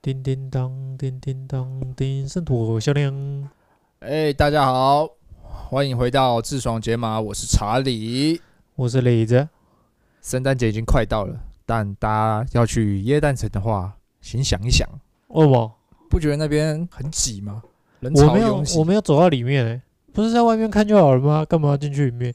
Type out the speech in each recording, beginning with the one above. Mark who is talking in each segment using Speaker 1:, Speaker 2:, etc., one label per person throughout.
Speaker 1: 叮叮当，叮叮当，叮圣土销量。
Speaker 2: 哎、大家好，欢迎回到智爽解码，我是查理。
Speaker 1: 我是磊子，
Speaker 2: 圣诞节已经快到了，但大家要去耶诞城的话，先想一想，
Speaker 1: 哦哇，
Speaker 2: 不觉得那边很挤吗？人
Speaker 1: 我
Speaker 2: 潮
Speaker 1: 没有
Speaker 2: 拥，挤
Speaker 1: 我。没有走到里面、欸，不是在外面看就好了吗？干嘛进去里面？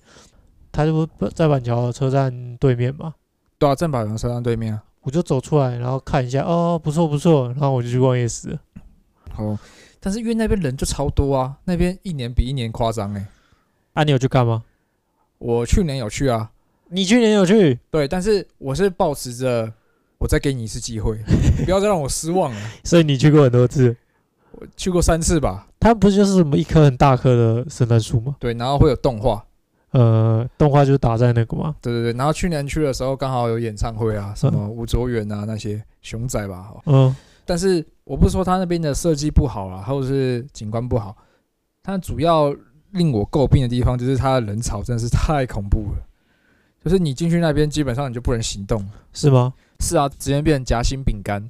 Speaker 1: 他就不在板桥车站对面嘛，
Speaker 2: 对啊，正法洋车站对面啊。
Speaker 1: 我就走出来，然后看一下，哦，不错不错，然后我就去逛夜市了。
Speaker 2: 哦，但是因为那边人就超多啊，那边一年比一年夸张哎。
Speaker 1: 啊，你有去干嘛？
Speaker 2: 我去年有去啊，
Speaker 1: 你去年有去？
Speaker 2: 对，但是我是保持着我再给你一次机会， 不要再让我失望了。
Speaker 1: 所以你去过很多次。
Speaker 2: 我去过三次吧，
Speaker 1: 它不就是什么一棵很大棵的圣诞树吗？
Speaker 2: 对，然后会有动画，
Speaker 1: 呃，动画就打在那个嘛，
Speaker 2: 对对对，然后去年去的时候刚好有演唱会啊，什么吴卓源啊那些熊仔吧，好
Speaker 1: 嗯，
Speaker 2: 但是我不是说他那边的设计不好啊，或者是景观不好，他主要令我诟病的地方就是他的人潮真的是太恐怖了，就是你进去那边基本上你就不能行动，
Speaker 1: 是吗？
Speaker 2: 是啊，直接变成夹心饼干。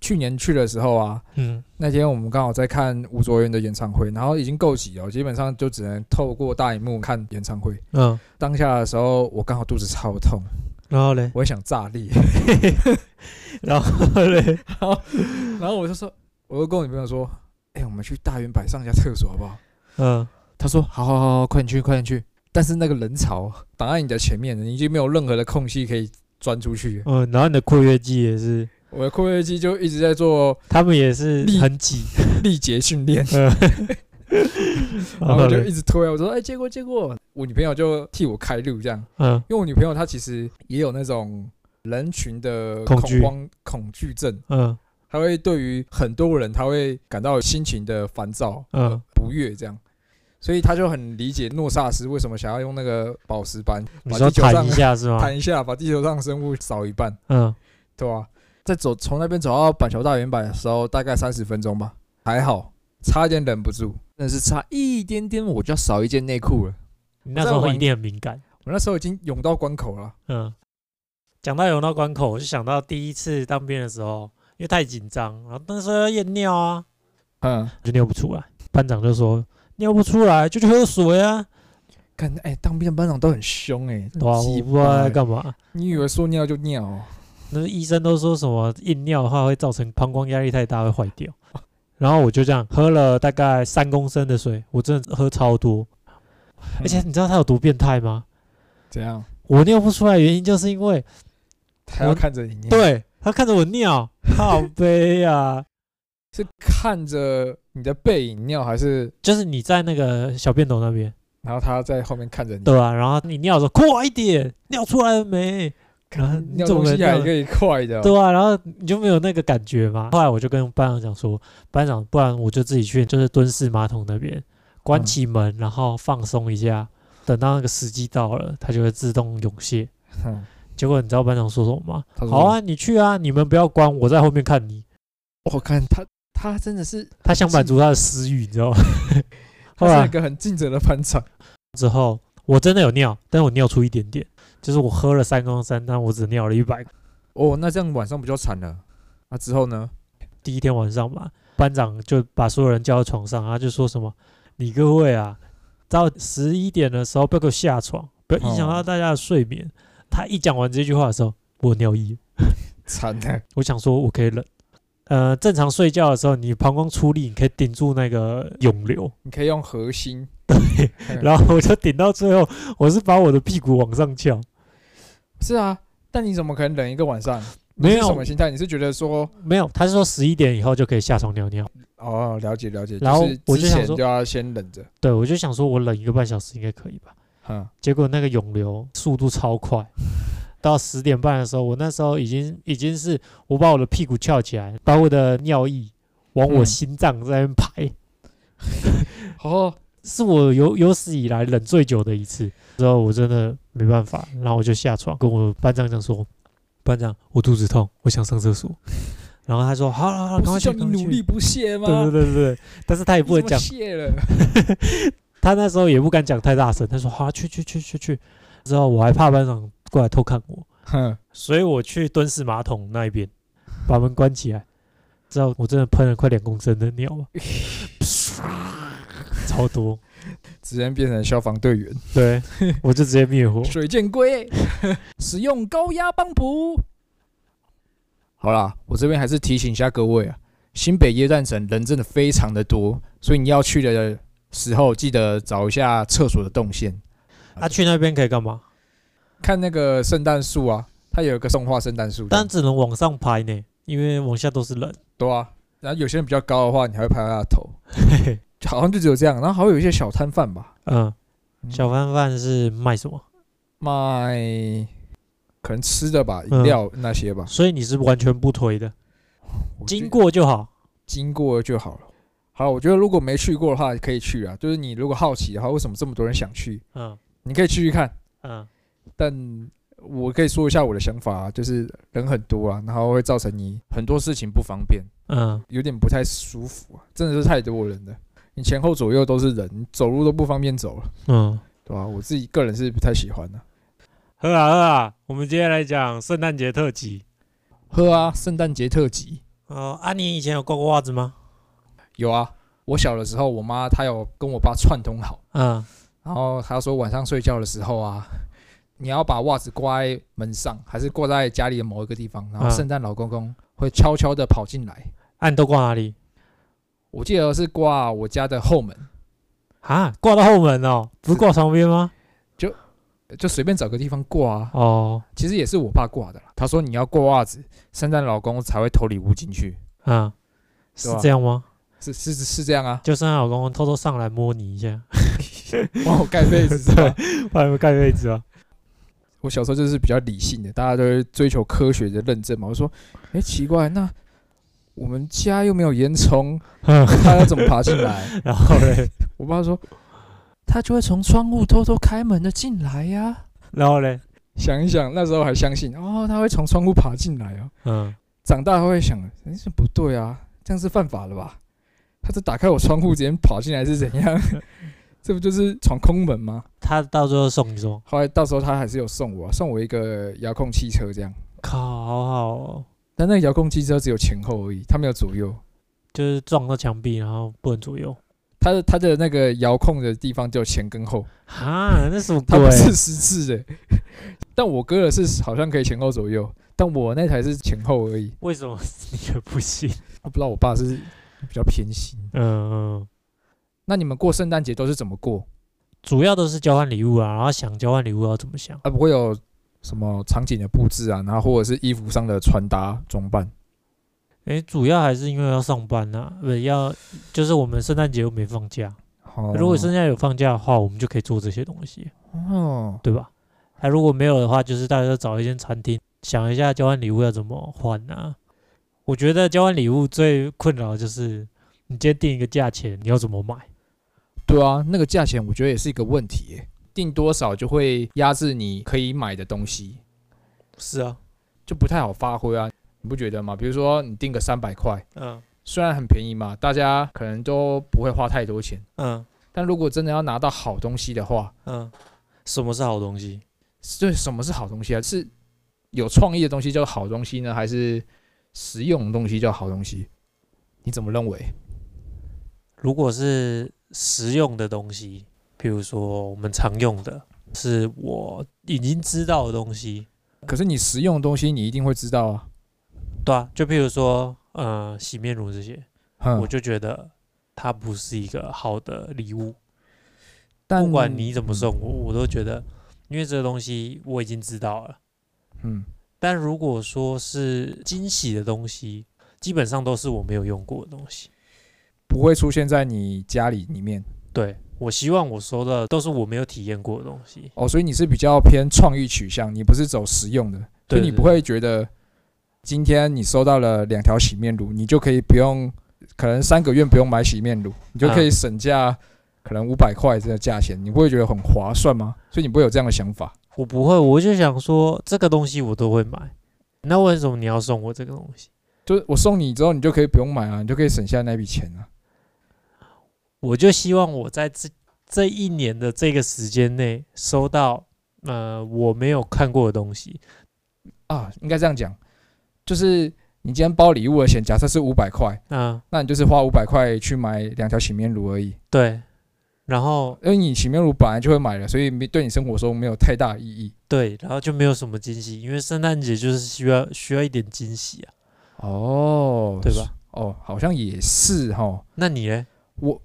Speaker 2: 去年去的时候啊，
Speaker 1: 嗯，
Speaker 2: 那天我们刚好在看吴卓源的演唱会，然后已经够挤了，基本上就只能透过大荧幕看演唱会。
Speaker 1: 嗯，
Speaker 2: 当下的时候，我刚好肚子超痛，
Speaker 1: 然后 嘞，
Speaker 2: 我也想炸 裂，
Speaker 1: 然后嘞，
Speaker 2: 然后我就说，我就跟我女朋友说，哎、我们去大圆柏上一下厕所好不好？
Speaker 1: 嗯，
Speaker 2: 她说，好好好好，快点去，快点去。但是那个人潮挡在你的前面了，你已经没有任何的空隙可以钻出 去。
Speaker 1: 嗯，然后你的括约肌也是，
Speaker 2: 我的括约肌就一直在做
Speaker 1: 他们也是
Speaker 2: 力
Speaker 1: 很 挤，嗯
Speaker 2: 力竭训 练，
Speaker 1: 然
Speaker 2: 然
Speaker 1: 后
Speaker 2: 后就
Speaker 1: 嘞
Speaker 2: 一，直推啊。我说，哎、结果结果，我女朋友就替我开路这样，
Speaker 1: 嗯，
Speaker 2: 因为我女朋友她其实也有那种人群的
Speaker 1: 恐
Speaker 2: 恐
Speaker 1: 惧
Speaker 2: 慌恐惧症。
Speaker 1: 嗯，
Speaker 2: 他会对于很多人，他会感到心情的烦躁、
Speaker 1: 嗯
Speaker 2: 呃、不悦这样，所以他就很理解诺萨斯为什么想要用那个宝石板
Speaker 1: 你
Speaker 2: 把
Speaker 1: 说
Speaker 2: 地球
Speaker 1: 弹
Speaker 2: 上
Speaker 1: 一下是吗？
Speaker 2: 弹一下，把地球上生物扫一半，
Speaker 1: 嗯，
Speaker 2: 对吧、在走从那边走到板桥大圆柏的时候，大概三十分钟吧，还好，差一点忍不住，真的是差一点点，我就要少一件内裤了。
Speaker 1: 你那时候一定很敏感。
Speaker 2: 我那时候已经涌到关口了，
Speaker 1: 嗯，讲到有那关口，我就想到第一次当兵的时候，因为太紧张，然后那时候要验尿啊，
Speaker 2: 嗯，
Speaker 1: 就尿不出来，班长就说尿不出来就去喝水啊，
Speaker 2: 看，哎、当兵的班长都很凶哎、欸，
Speaker 1: 对吧、我
Speaker 2: 鸡
Speaker 1: 不知道在
Speaker 2: 巴欸
Speaker 1: 啊干嘛。
Speaker 2: 你以为说尿就尿、哦？
Speaker 1: 那医生都说什么硬尿的话会造成膀胱压力太大会坏掉， 然后我就这样喝了大概三公升的水，我真的喝超多，而且你知道他有多变态吗？
Speaker 2: 嗯怎样？
Speaker 1: 我尿不出来的原因就是因为
Speaker 2: 他要
Speaker 1: 我
Speaker 2: 看着你尿，，
Speaker 1: 对他看着我 尿，好悲啊！
Speaker 2: 是看着你的背影尿，还是
Speaker 1: 就是你在那个小便斗那边，
Speaker 2: 然后他在后面看着你？
Speaker 1: 对吧、然后你尿的时候快一点，尿出来了没？然后你
Speaker 2: 尿
Speaker 1: 怎么
Speaker 2: 东西
Speaker 1: 尿
Speaker 2: 还可以快的哦、
Speaker 1: 对啊，然后你就没有那个感觉嘛。后来我就跟班长讲说，班长，不然我就自己去，就是蹲式马桶那边关
Speaker 2: 嗯
Speaker 1: 起门，然后放松一下，等到那个时机到了，它就会自动涌现。
Speaker 2: 哼
Speaker 1: 结果你知道班长说什么吗？
Speaker 2: 他说
Speaker 1: 好啊，你去啊，你们不要关，我在后面看你。
Speaker 2: 我看他，他真的是，
Speaker 1: 他想满足他的私欲，你知道吗？ 后
Speaker 2: 他是
Speaker 1: 来
Speaker 2: 一个很尽责的班长。
Speaker 1: 之后，我真的有尿，但我尿出一点点，就是我喝了三公升，但我只尿了一百。
Speaker 2: 哦，那这样晚上不就惨了？那、之后呢？
Speaker 1: 第一天晚上吧，班长就把所有人叫到床上，他就说什么：“你各位啊，到十一点的时候不要给我下床，不要影响到
Speaker 2: 哦
Speaker 1: 大家的睡眠。他一讲完这句话的时候，我尿意了，
Speaker 2: 惨了，
Speaker 1: 我想说我可以忍。呃，正常睡觉的时候，你膀胱出力，你可以顶住那个涌流，
Speaker 2: 你可以用核心，嗯
Speaker 1: 然后我就顶到最后，我是把我的屁股往上翘，
Speaker 2: 是啊，但你怎么可能忍一个晚上？
Speaker 1: 没
Speaker 2: 你是什
Speaker 1: 有
Speaker 2: 么心态？你是觉得说，
Speaker 1: 没有，他是说十一点以后就可以下床尿尿。
Speaker 2: 哦，了解了解，
Speaker 1: 然后
Speaker 2: 是
Speaker 1: 我
Speaker 2: 之
Speaker 1: 就想
Speaker 2: 前
Speaker 1: 说
Speaker 2: 就要先忍着，
Speaker 1: 对，我就想说我忍一个半小时应该可以吧。
Speaker 2: 嗯，
Speaker 1: 结果那个涌流速度超快， 到十点半的时候，我那时候已经已经是我把我的屁股翘起来，把我的尿液往我
Speaker 2: 嗯
Speaker 1: 心脏在那边排，
Speaker 2: 哦，
Speaker 1: 是我有有史以来忍最久的一次。之后我真的没办法，然后我就下床跟我班长讲说：“班长，我肚子痛，我想上厕所。”然后他说：“好好啊好，赶
Speaker 2: 不
Speaker 1: 快
Speaker 2: 是
Speaker 1: 去，
Speaker 2: 叫你
Speaker 1: 赶快去
Speaker 2: 努力。不懈”吗？
Speaker 1: 对对对对对，但是他也
Speaker 2: 你
Speaker 1: 不能
Speaker 2: 怎么
Speaker 1: 讲
Speaker 2: 懈了。
Speaker 1: 他那时候也不敢讲太大声，他说：“好、去去去去去。”之后我还怕班长过来偷看我，
Speaker 2: 哼，
Speaker 1: 所以我去蹲式马桶那一边，把门关起来，知道我真的喷了快两公升的尿了，超多。
Speaker 2: 直接变成消防队员。
Speaker 1: 对，我就直接灭火。
Speaker 2: 水箭龟， 使用高压帮补。好啦，我这边还是提醒一下各位啊，新北耶诞城人真的非常的多，所以你要去的时候记得找一下厕所的动线，
Speaker 1: 啊，去那边可以干嘛？
Speaker 2: 看那个圣诞树啊，它有一个送化圣诞树的，
Speaker 1: 但只能往上拍呢，因为往下都是人。
Speaker 2: 对啊，然后有些人比较高的话，你还会拍到他的头，好像就只有这样，然后还会有一些小摊贩吧，
Speaker 1: 嗯，
Speaker 2: 嗯
Speaker 1: 小贩贩是卖什么？
Speaker 2: 卖可能吃的吧，饮料那些吧，
Speaker 1: 所以你是完全不推的，
Speaker 2: 我觉
Speaker 1: 经过就好。
Speaker 2: 经过就好了。好，我觉得如果没去过的话，可以去啊。就是你如果好奇的话，为什么这么多人想去，
Speaker 1: 嗯
Speaker 2: 你可以去去看。
Speaker 1: 嗯，
Speaker 2: 但我可以说一下我的想法、啊，就是人很多啊，然后会造成你很多事情不方便，
Speaker 1: 嗯，
Speaker 2: 有点不太舒服啊。真的是太多人了，你前后左右都是人，你走路都不方便走了，
Speaker 1: 嗯，
Speaker 2: 对吧、我自己个人是不太喜欢的、
Speaker 1: 喝啊喝啊！我们接下来讲圣诞节特辑。
Speaker 2: 喝啊，圣诞节特辑
Speaker 1: 哦，啊，你以前有挂过袜子吗？
Speaker 2: 有啊。我小的时候，我妈她有跟我爸串通好。
Speaker 1: 嗯
Speaker 2: 然后他说晚上睡觉的时候啊， 你要把袜子挂在门上，还是挂在家里的某一个地方，然后
Speaker 1: 嗯
Speaker 2: 圣诞老公公会悄悄的跑进来。
Speaker 1: 啊，你都挂哪里？
Speaker 2: 我记得是挂我家的后门，
Speaker 1: 啊，挂到后门哦，不是挂床边吗？
Speaker 2: 就随便找个地方挂啊。
Speaker 1: 哦，
Speaker 2: 其实也是我爸挂的啦。他说你要挂袜子，圣诞老公才会投礼物进去。
Speaker 1: 嗯，是
Speaker 2: 对吧
Speaker 1: 这样吗？
Speaker 2: 是是是是这
Speaker 1: ，
Speaker 2: 样啊
Speaker 1: 就圣诞老公公偷偷上来摸你一下，
Speaker 2: 帮我盖被子哦是吧。
Speaker 1: 还有盖被 子啊？
Speaker 2: 我小时候就是比较理性的，大家都会追求科学的认证嘛。我说，哎、奇怪，那我们家又没有烟囱，
Speaker 1: 嗯
Speaker 2: 他要怎么爬进 来？
Speaker 1: 然后嘞，
Speaker 2: 我爸说，他就会从窗户偷偷开门的进来呀、
Speaker 1: 然后嘞，
Speaker 2: 想一想，那时候还相信哦，他会从窗户爬进来哦。
Speaker 1: 嗯，
Speaker 2: 长大后会想，哎、这不对啊，这样是犯法了吧？他是打开我窗户直接跑进来是怎样？ 这不就是闯空门吗？
Speaker 1: 他到最后送你说，
Speaker 2: 后来到时候他还是有送我、啊送我一个遥控汽车这样，
Speaker 1: 靠，好好、哦，
Speaker 2: 但那个遥控汽车只有前后而已，它没有左右。
Speaker 1: 就是撞到墙壁，然后不能左 右。
Speaker 2: 它的它的那个遥控的地方只有前跟后，
Speaker 1: 哈，啊那什么
Speaker 2: 它
Speaker 1: 鬼
Speaker 2: 不？是十字的。 但我哥的是好像可以前后左右，但我那台是前后而已。
Speaker 1: 为什么 你也不信？
Speaker 2: 我不知道我爸是比较偏心。
Speaker 1: 嗯，嗯
Speaker 2: 那你们过圣诞节都是怎么过？
Speaker 1: 主要都是交换礼物啊，然后想交换礼物要怎么想？
Speaker 2: 啊，不会有什么场景的布置啊，然后或者是衣服上的穿搭装扮。
Speaker 1: 诶，主要还是因为要上班呐、啊，不是要，就是我们圣诞节又没放假。
Speaker 2: 哦
Speaker 1: 如果圣诞有放假的话，我们就可以做这些东西，
Speaker 2: 哦，
Speaker 1: 对吧？那、如果没有的话，就是大家都找一间餐厅，想一下交换礼物要怎么换啊。我觉得交换礼物最困扰的就是你今天定一个价钱，你要怎么买？
Speaker 2: 对啊，那个价钱我觉得也是一个问题耶，定多少就会压制你可以买的东西，
Speaker 1: 是啊，
Speaker 2: 就不太好发挥啊，你不觉得吗？比如说你定个三百块，
Speaker 1: 嗯
Speaker 2: 虽然很便宜嘛，大家可能都不会花太多钱，
Speaker 1: 嗯
Speaker 2: 但如果真的要拿到好东西的话，
Speaker 1: 嗯，什么是好东西？
Speaker 2: 对，什么是好东西啊？是有创意的东西叫好东西呢，还是实用的东西叫好东西？你怎么认为？
Speaker 1: 如果是实用的东西，譬如说我们常用的，是我已经知道的东西，
Speaker 2: 可是你实用的东西，你一定会知道啊。
Speaker 1: 对啊，就譬如说呃洗面乳这些，我
Speaker 2: 嗯，
Speaker 1: 就觉得它不是一个好的礼物，
Speaker 2: 但
Speaker 1: 不管你怎么送我，我都觉得，因为这个东西我已经知道了。
Speaker 2: 嗯，
Speaker 1: 但如果说是惊喜的东西，基本上都是我没有用过的东西。
Speaker 2: 不会出现在你家里里面
Speaker 1: 对我希望我收到的都是我没有体验过的东西。
Speaker 2: 哦，所以你是比较偏创意取向，你不是走实用的，所
Speaker 1: 对
Speaker 2: 以你不会觉得今天你收到了两条洗面乳，你就可以不用，可能三个月不用买洗面乳，你就可
Speaker 1: 嗯
Speaker 2: 以省价。可能五百块这个价钱，你不会觉得很划算吗？所以你不会有这样的想法。
Speaker 1: 我不会，我就想说这个东西我都会买，那为什么你要送我这个东西？
Speaker 2: 就是我送你之后，你就可以不用买啊，你就可以省下那笔钱啊。
Speaker 1: 我就希望我在这这一年的这个时间内收到呃我没有看过的东西。
Speaker 2: 啊，应该这样讲，就是你今天包礼物的钱，假设是五百块，
Speaker 1: 嗯，
Speaker 2: 那你就是花五百块去买两条洗面乳而已，
Speaker 1: 对，然后
Speaker 2: 因为你洗面乳本来就会买了，所以没对你生活中没有太大意义。
Speaker 1: 对，然后就没有什么惊喜，因为圣诞节就是需要需要一点惊喜啊，
Speaker 2: 哦
Speaker 1: 对吧？
Speaker 2: 哦，好像也是哈。
Speaker 1: 那你嘞？
Speaker 2: 我、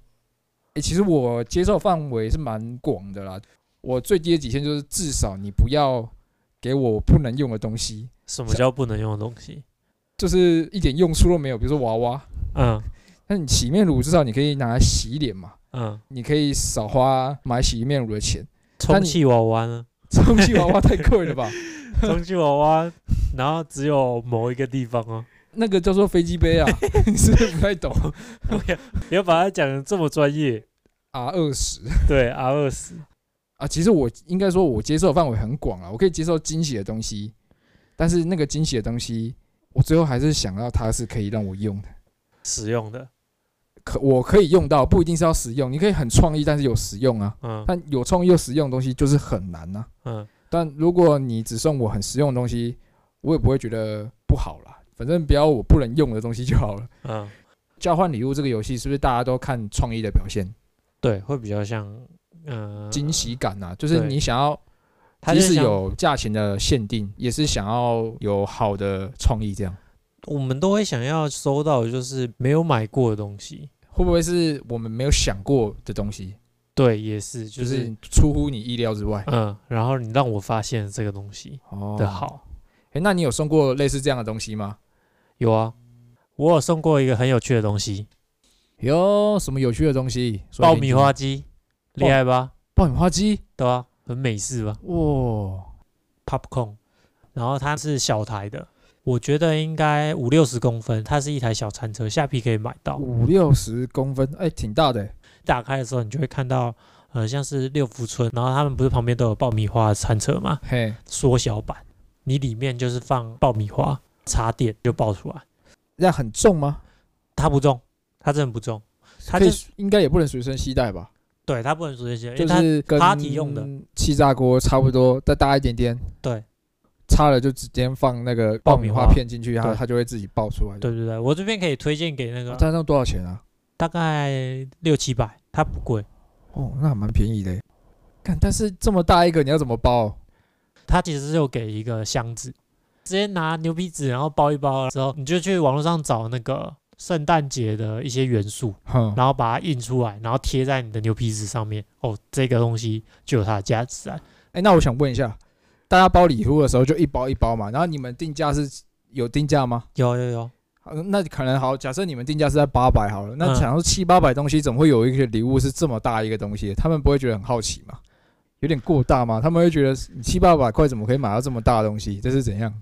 Speaker 2: 诶其实我接受范围是蛮广的啦。我最低的底线就是至少你不要给我不能用的东西，
Speaker 1: 什么叫不能用的东西？
Speaker 2: 就是一点用处都没有，比如说娃娃。
Speaker 1: 嗯
Speaker 2: 那你洗面乳至少你可以拿来洗脸嘛，
Speaker 1: 嗯，
Speaker 2: 你可以少花买洗面乳的钱。
Speaker 1: 充气娃娃 呢？
Speaker 2: 充气娃娃太贵了吧？
Speaker 1: 充气娃娃，然后只有某一个地方哦，
Speaker 2: 那个叫做飞机杯啊， 你是不是不太懂
Speaker 1: 你要把它讲的这么专业，
Speaker 2: ？R 二十
Speaker 1: 对 R 二十，
Speaker 2: 啊，其实我应该说，我接受的范围很广啊，我可以接受惊喜的东西，但是那个惊喜的东西，我最后还是想要它是可以让我用的，
Speaker 1: 使用的，
Speaker 2: 可我可以用到，不一定是要实用，你可以很创意，但是有实用啊，
Speaker 1: 嗯
Speaker 2: 但有创意又实用的东西就是很难呐、啊。
Speaker 1: 嗯，
Speaker 2: 但如果你只送我很实用的东西，我也不会觉得不好啦，反正不要我不能用的东西就好了。
Speaker 1: 嗯，
Speaker 2: 交换礼物这个游戏是不是大家都看创意的表现、
Speaker 1: 对，会比较像嗯
Speaker 2: 惊，喜感啊？就是
Speaker 1: 对
Speaker 2: 你想要
Speaker 1: 它
Speaker 2: 即
Speaker 1: 就
Speaker 2: 使
Speaker 1: 像
Speaker 2: 有价钱的限定，也是想要有好的创意，这样
Speaker 1: 我们都会想要收到就是没有买过的东西，
Speaker 2: 会不会是我们没有想过的东西，
Speaker 1: 对，也是就、
Speaker 2: 就是是出乎你意料之外？
Speaker 1: 嗯，然后你让我发现这个东西
Speaker 2: 哦
Speaker 1: 的好，
Speaker 2: 诶那你有送过类似这样的东西吗？
Speaker 1: 有啊，我有送过一个很有趣的东西，
Speaker 2: 有什么有趣的东西？说来
Speaker 1: 爆
Speaker 2: 听
Speaker 1: 米
Speaker 2: 听
Speaker 1: 花，机，厉害吧？
Speaker 2: 爆米花机，
Speaker 1: 对啊，很美式吧
Speaker 2: 哇、
Speaker 1: ？Popcorn，然后它是小台的，我觉得应该五六十公分，它是一台小餐车，下皮可以买到。
Speaker 2: 五六十公分，哎、挺大的、
Speaker 1: 打开的时候，你就会看到，呃，像是六福村，然后他们不是旁边都有爆米花的餐车吗？
Speaker 2: 嘿，
Speaker 1: 缩小版，你里面就是放爆米花，插电就爆出来。
Speaker 2: 那很重吗？
Speaker 1: 它不重，它真的不重，它
Speaker 2: 可以
Speaker 1: 就
Speaker 2: 应该也不能随身携带吧？
Speaker 1: 对，它不能随身携带，因
Speaker 2: 就
Speaker 1: 为它
Speaker 2: 是跟
Speaker 1: party 用的
Speaker 2: 气炸锅差不多，再大一点点。
Speaker 1: 对，
Speaker 2: 插了就直接放那个
Speaker 1: 爆
Speaker 2: 爆米
Speaker 1: 米
Speaker 2: 花
Speaker 1: 花
Speaker 2: 片进去，它
Speaker 1: 对
Speaker 2: 它就会自己爆出来。
Speaker 1: 对啊对对，我这边可以推荐给那
Speaker 2: 哦，
Speaker 1: 个
Speaker 2: 它那多少钱啊？
Speaker 1: 大概六七百，它不贵。
Speaker 2: 哦，那还蛮便宜的。看，但是这么大一个，你要怎么包？
Speaker 1: 它其实是有给一个箱子，直接拿牛皮纸然后包一包之后，你就去网络上找那个圣诞节的一些元素，
Speaker 2: 哼，
Speaker 1: 然后把它印出来，然后贴在你的牛皮纸上面。哦，这个东西就有它的价值啊。
Speaker 2: 哎，那我想问一下，大家包礼物的时候就一包一包嘛，然后你们定价是有定价吗？
Speaker 1: 有有有，
Speaker 2: 好那可能好，假设你们定价是在八百好了，那
Speaker 1: 嗯
Speaker 2: 想说七八百东西，怎么会有一个礼物是这么大一个东西？他们不会觉得很好奇吗？有点过大吗？他们会觉得七八百块怎么可以买到这么大的东西？这是怎样？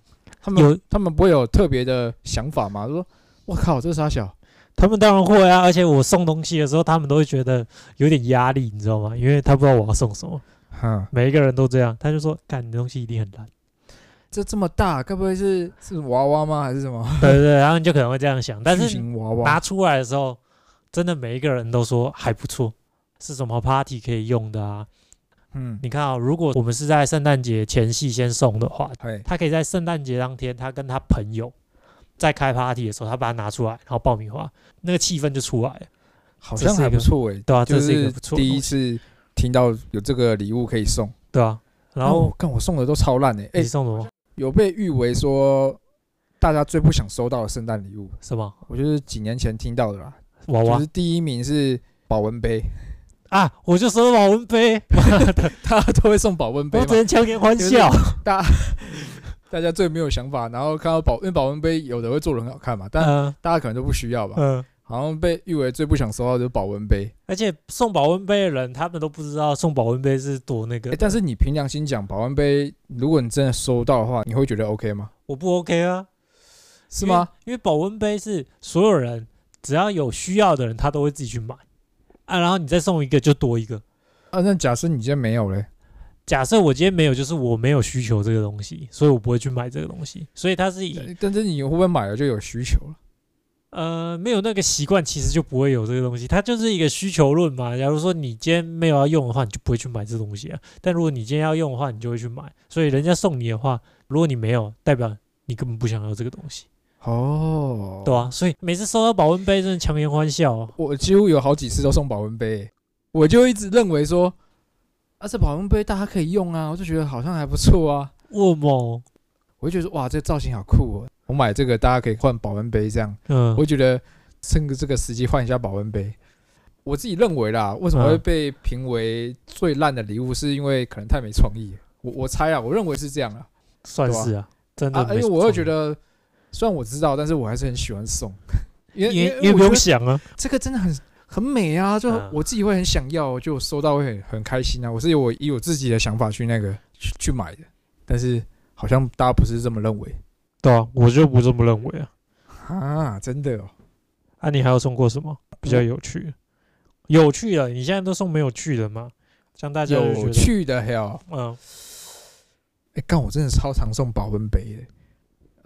Speaker 2: 他们
Speaker 1: 有
Speaker 2: 他们不会有特别的想法吗？就说我靠，这傻小，
Speaker 1: 他们当然会啊，而且我送东西的时候，他们都会觉得有点压力，你知道吗？因为他不知道我要送什么，
Speaker 2: 哈，
Speaker 1: 每一个人都这样，他就说：“看你东西一定很烂。
Speaker 2: 这这么大，该不会是是娃娃吗？还是什么？”
Speaker 1: 对对对，然后你就可能会这样想， 但
Speaker 2: 巨
Speaker 1: 是
Speaker 2: 型娃
Speaker 1: 拿
Speaker 2: 娃，
Speaker 1: 出来的时候，真的每一个人都说还不错，是什么 party 可以用的啊？
Speaker 2: 嗯，
Speaker 1: 你看啊，如果我们是在圣诞节前夕先送的话，
Speaker 2: 嘿，
Speaker 1: 他可以在圣诞节当天，他跟他朋友在开 party 的时候，他把它拿出来，然后爆米花，那个气氛就出来了，
Speaker 2: 好
Speaker 1: 这
Speaker 2: 像
Speaker 1: 是一
Speaker 2: 还不
Speaker 1: 个
Speaker 2: 错诶、
Speaker 1: 对啊
Speaker 2: 就
Speaker 1: 这是一个
Speaker 2: 是
Speaker 1: 不错的
Speaker 2: 第一
Speaker 1: 东
Speaker 2: 次听到有这个礼物可以送，
Speaker 1: 对啊。然
Speaker 2: 那我
Speaker 1: 后
Speaker 2: 看我送的都超烂诶、欸诶
Speaker 1: 你送什么？
Speaker 2: 有被誉为说大家最不想收到的圣诞礼物，
Speaker 1: 什么
Speaker 2: 我就是几年前听到的啦。
Speaker 1: 娃
Speaker 2: 就
Speaker 1: 娃
Speaker 2: 是第一名是保温杯，
Speaker 1: 啊？我就收到保温杯，
Speaker 2: 大家都会送保温杯
Speaker 1: 我
Speaker 2: 嘛
Speaker 1: 只，能强颜欢笑。
Speaker 2: 大家最没有想法。然后看到保，因为保温杯有的会做的很好看嘛，但
Speaker 1: 嗯
Speaker 2: 大家可能都不需要吧。
Speaker 1: 嗯，
Speaker 2: 好像被誉为最不想收到的就是保温杯。
Speaker 1: 而且送保温杯的人，他们都不知道送保温杯是多那个
Speaker 2: 诶，但是你凭良心讲，保温杯如果你真的收到的话，你会觉得 OK 吗？
Speaker 1: 我不 OK 啊。
Speaker 2: 是吗？
Speaker 1: 因为？因为保温杯是所有人只要有需要的人，他都会自己去买啊。然后你再送一个就多一个。
Speaker 2: 啊，那假设你今天没有嘞，
Speaker 1: 假设我今天没有，就是我没有需求这个东西，所以我不会去买这个东西。所以它是以
Speaker 2: 但是你会不会买了就有需求了？
Speaker 1: 呃没有那个习惯，其实就不会有这个东西。它就是一个需求论嘛。假如说你今天没有要用的话，你就不会去买这东西啊。但如果你今天要用的话，你就会去买。所以人家送你的话，如果你没有，代表你根本不想要这个东西。
Speaker 2: 哦，
Speaker 1: 对啊，所以每次收到保温杯，真的强颜欢笑、哦。
Speaker 2: 我几乎有好几次都送保温杯欸，我就一直认为说，啊，这保温杯大家可以用啊，我就觉得好像还不错啊，
Speaker 1: 哦我某，
Speaker 2: 我就觉得说哇，这造型好酷哦，我买这个大家可以换保温杯这样，
Speaker 1: 嗯，
Speaker 2: 我觉得趁着这个时机换一下保温杯。我自己认为啦，为什么会
Speaker 1: 嗯
Speaker 2: 被评为最烂的礼物，是因为可能太没创意了。我我猜啊，我认为是这样啊，
Speaker 1: 算
Speaker 2: 对啊
Speaker 1: 是啊，真的
Speaker 2: 啊，
Speaker 1: 没
Speaker 2: 因
Speaker 1: 什么创意。
Speaker 2: 为我又觉得，虽然我知道，但是我还是很喜欢送， 因为
Speaker 1: 因为因
Speaker 2: 因
Speaker 1: 为
Speaker 2: 我
Speaker 1: 不
Speaker 2: 觉
Speaker 1: 用
Speaker 2: 得
Speaker 1: 想啊，
Speaker 2: 这个真的很很美啊，就
Speaker 1: 嗯
Speaker 2: 我自己会很想要，就收到会很很开心啊。我是有我以我自己的想法去那个去去买的，但是好像大家不是这么认为
Speaker 1: 对啊，我就不这么认为啊。
Speaker 2: 啊，真的哦。
Speaker 1: 啊，你还有送过什么比较有趣的？有趣的，你现在都送没有趣的吗？像大家就觉
Speaker 2: 有
Speaker 1: 得，
Speaker 2: 趣的 hell，
Speaker 1: 嗯，
Speaker 2: 哎，干我真的超常送保温杯的。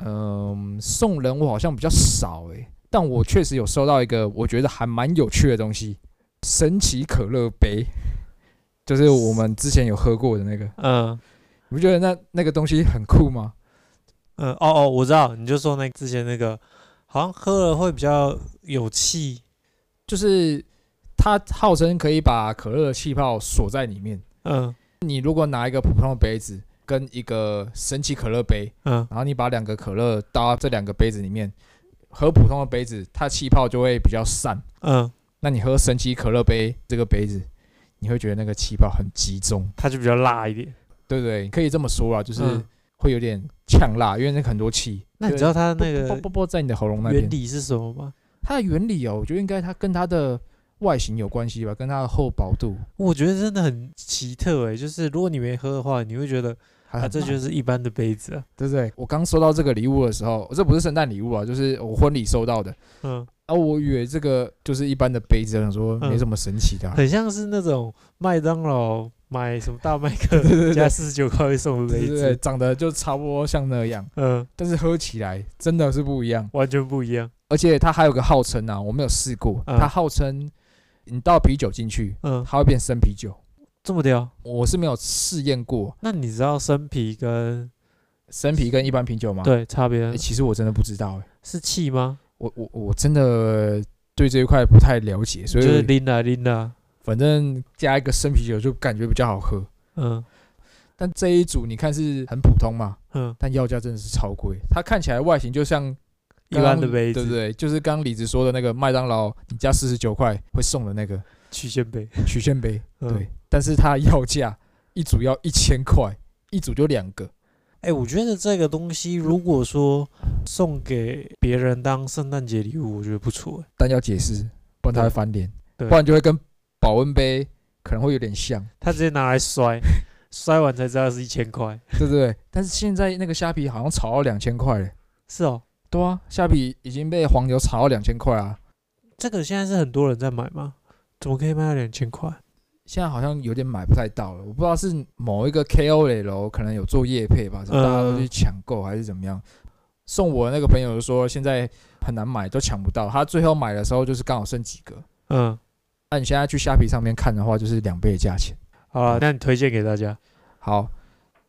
Speaker 2: 嗯，送人我好像比较少哎、但我确实有收到一个我觉得还蛮有趣的东西——神奇可乐杯，就是我们之前有喝过的那个。
Speaker 1: 嗯
Speaker 2: 你不觉得那那个东西很酷吗？
Speaker 1: 嗯，哦哦，我知道，你就说那之前那个，好像喝了会比较有气，
Speaker 2: 就是它号称可以把可乐的气泡锁在里面。
Speaker 1: 嗯
Speaker 2: 你如果拿一个普通的杯子跟一个神奇可乐杯，
Speaker 1: 嗯，
Speaker 2: 然后你把两个可乐倒到这两个杯子里面，喝普通的杯子，它气泡就会比较散。
Speaker 1: 嗯，
Speaker 2: 那你喝神奇可乐杯这个杯子，你会觉得那个气泡很集中，
Speaker 1: 它就比较辣一点。
Speaker 2: 对不对？可以这么说啊，就是
Speaker 1: 嗯
Speaker 2: 会有点呛辣，因为那个很多气。
Speaker 1: 那你知道它
Speaker 2: 那
Speaker 1: 那
Speaker 2: 个啵
Speaker 1: 个
Speaker 2: 啵啵在你的喉咙那边
Speaker 1: 原，理是什么吗？
Speaker 2: 它的原理哦，我觉得应该它跟它的外形有关系吧，跟它的厚薄度。
Speaker 1: 我觉得真的很奇特诶，就是如果你没喝的话，你会觉得
Speaker 2: 还
Speaker 1: 啊，
Speaker 2: 很
Speaker 1: 这
Speaker 2: 辣
Speaker 1: 就是一般的杯子啊。
Speaker 2: 对不对？我刚收到这个礼物的时候，这不是圣诞礼物啊，就是我婚礼收到的。
Speaker 1: 嗯，
Speaker 2: 啊，我以为这个就是一般的杯子，我想说
Speaker 1: 嗯
Speaker 2: 没什么神奇的啊、
Speaker 1: 很像是那种麦当劳买什么大麦 克加四十九块会送的
Speaker 2: 对
Speaker 1: 杯
Speaker 2: 对对，
Speaker 1: 子，
Speaker 2: 长得就差不多像那样，
Speaker 1: 嗯，
Speaker 2: 但是喝起来真的是不一样。
Speaker 1: 完全不一样。
Speaker 2: 而且它还有个号称啊，我没有试过，
Speaker 1: 嗯
Speaker 2: 它号称你倒啤酒进去，
Speaker 1: 嗯，
Speaker 2: 它会变生啤酒。
Speaker 1: 这么屌？
Speaker 2: 我是没有试验过
Speaker 1: 那你知道生啤跟
Speaker 2: 生啤跟一般啤酒吗？
Speaker 1: 对差别
Speaker 2: 啊诶，其实我真的不知道、诶
Speaker 1: 是气吗？
Speaker 2: 我我我真的对这一块不太了解，所
Speaker 1: 就是
Speaker 2: 以
Speaker 1: 拎啊拎啊，
Speaker 2: 反正加一个生啤酒就感觉比较好喝。
Speaker 1: 嗯
Speaker 2: 但这一组你看是很普通嘛，
Speaker 1: 嗯，
Speaker 2: 但要价真的是超贵。它看起来外形就像
Speaker 1: 一
Speaker 2: 刚刚
Speaker 1: 般的杯
Speaker 2: 对不
Speaker 1: 子，
Speaker 2: 对？就是刚刚李子说的那个麦当劳，你加四十九块会送 的那个
Speaker 1: 曲线杯，
Speaker 2: 曲线杯，
Speaker 1: 嗯
Speaker 2: 对。。但是它要价一组要一千块，一组就两个，
Speaker 1: 哎、我觉得这个东西如果说送给别人当圣诞节礼物，我觉得不错、欸。
Speaker 2: 但要解释，不然他会翻脸，
Speaker 1: 对
Speaker 2: 不然就会跟保温杯可能会有点像，
Speaker 1: 他直接拿来 摔，摔完才知道是一千块。
Speaker 2: 对 不对？但是现在那个虾皮好像炒到两千块了，
Speaker 1: 是哦，
Speaker 2: 对啊，虾皮已经被黄牛炒到两千块啊，
Speaker 1: 这个现在是很多人在买吗？怎么可以卖到两千块？
Speaker 2: 现在好像有点买不太到了，我不知道是某一个 KOL 可能有做业配吧，是大家都去抢购还是怎么样。送我那个朋友就说现在很难买，都抢不到。他最后买的时候就是刚好剩几个。
Speaker 1: 嗯，
Speaker 2: 那、你现在去虾皮上面看的话，就是两倍的价钱。
Speaker 1: 好了，那你推荐给大家。
Speaker 2: 好，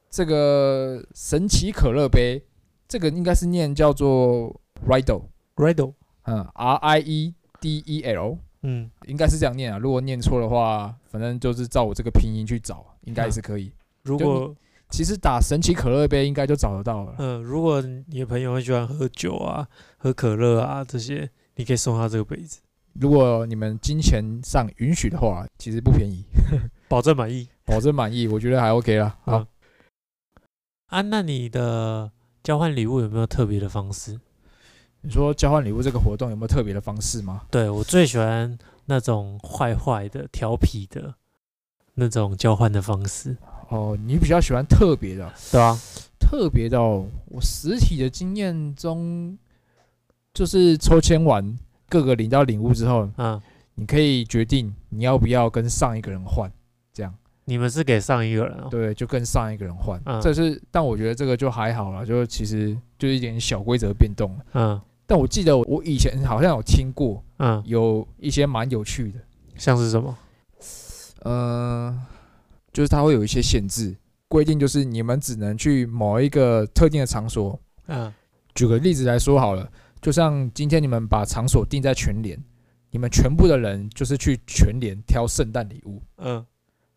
Speaker 2: 这个神奇可乐杯，这个应该是念叫做 Riddle，
Speaker 1: Riddle，
Speaker 2: 嗯，R I E D E L，
Speaker 1: 嗯，
Speaker 2: 应该是这样念啊。如果念错的话，反正就是照我这个拼音去找，应该是可以。
Speaker 1: 如
Speaker 2: 就
Speaker 1: 果
Speaker 2: 其实打神奇可乐杯应该就找得到了。
Speaker 1: 嗯，如果你的朋友很喜欢喝酒啊、喝可乐啊这些，你可以送他这个杯子，
Speaker 2: 如果你们金钱上允许的话，其实不 便宜，
Speaker 1: 保证满意。
Speaker 2: 保证满意，我觉得还 OK 啦。好，
Speaker 1: 嗯啊，那你的交换礼物有没有特别的方式？
Speaker 2: 你说交换礼物这个活动有没有特别的方式吗？
Speaker 1: 对我最喜欢那种坏坏的、调皮的那种交换的方式，
Speaker 2: 哦，你比较喜欢特别的，
Speaker 1: 对啊，
Speaker 2: 特别的、哦，我实体的经验中，就是抽签完各个领到礼物之后，
Speaker 1: 嗯，
Speaker 2: 你可以决定你要不要跟上一个人换，这样
Speaker 1: 你们是给上一个人哦，
Speaker 2: 对，就跟上一个人换。
Speaker 1: 嗯
Speaker 2: 这是，但我觉得这个就还好啦，就其实就一点小规则变动了。
Speaker 1: 嗯
Speaker 2: 但我记得我我以前好像有听过，
Speaker 1: 嗯，
Speaker 2: 有一些蛮有趣的，
Speaker 1: 像是什么？
Speaker 2: 呃，就是它会有一些限制规定，就是你们只能去某一个特定的场所
Speaker 1: 嗯
Speaker 2: 举个例子来说好了，就像今天你们把场所定在全联，你们全部的人就是去全联挑圣诞礼物，
Speaker 1: 嗯，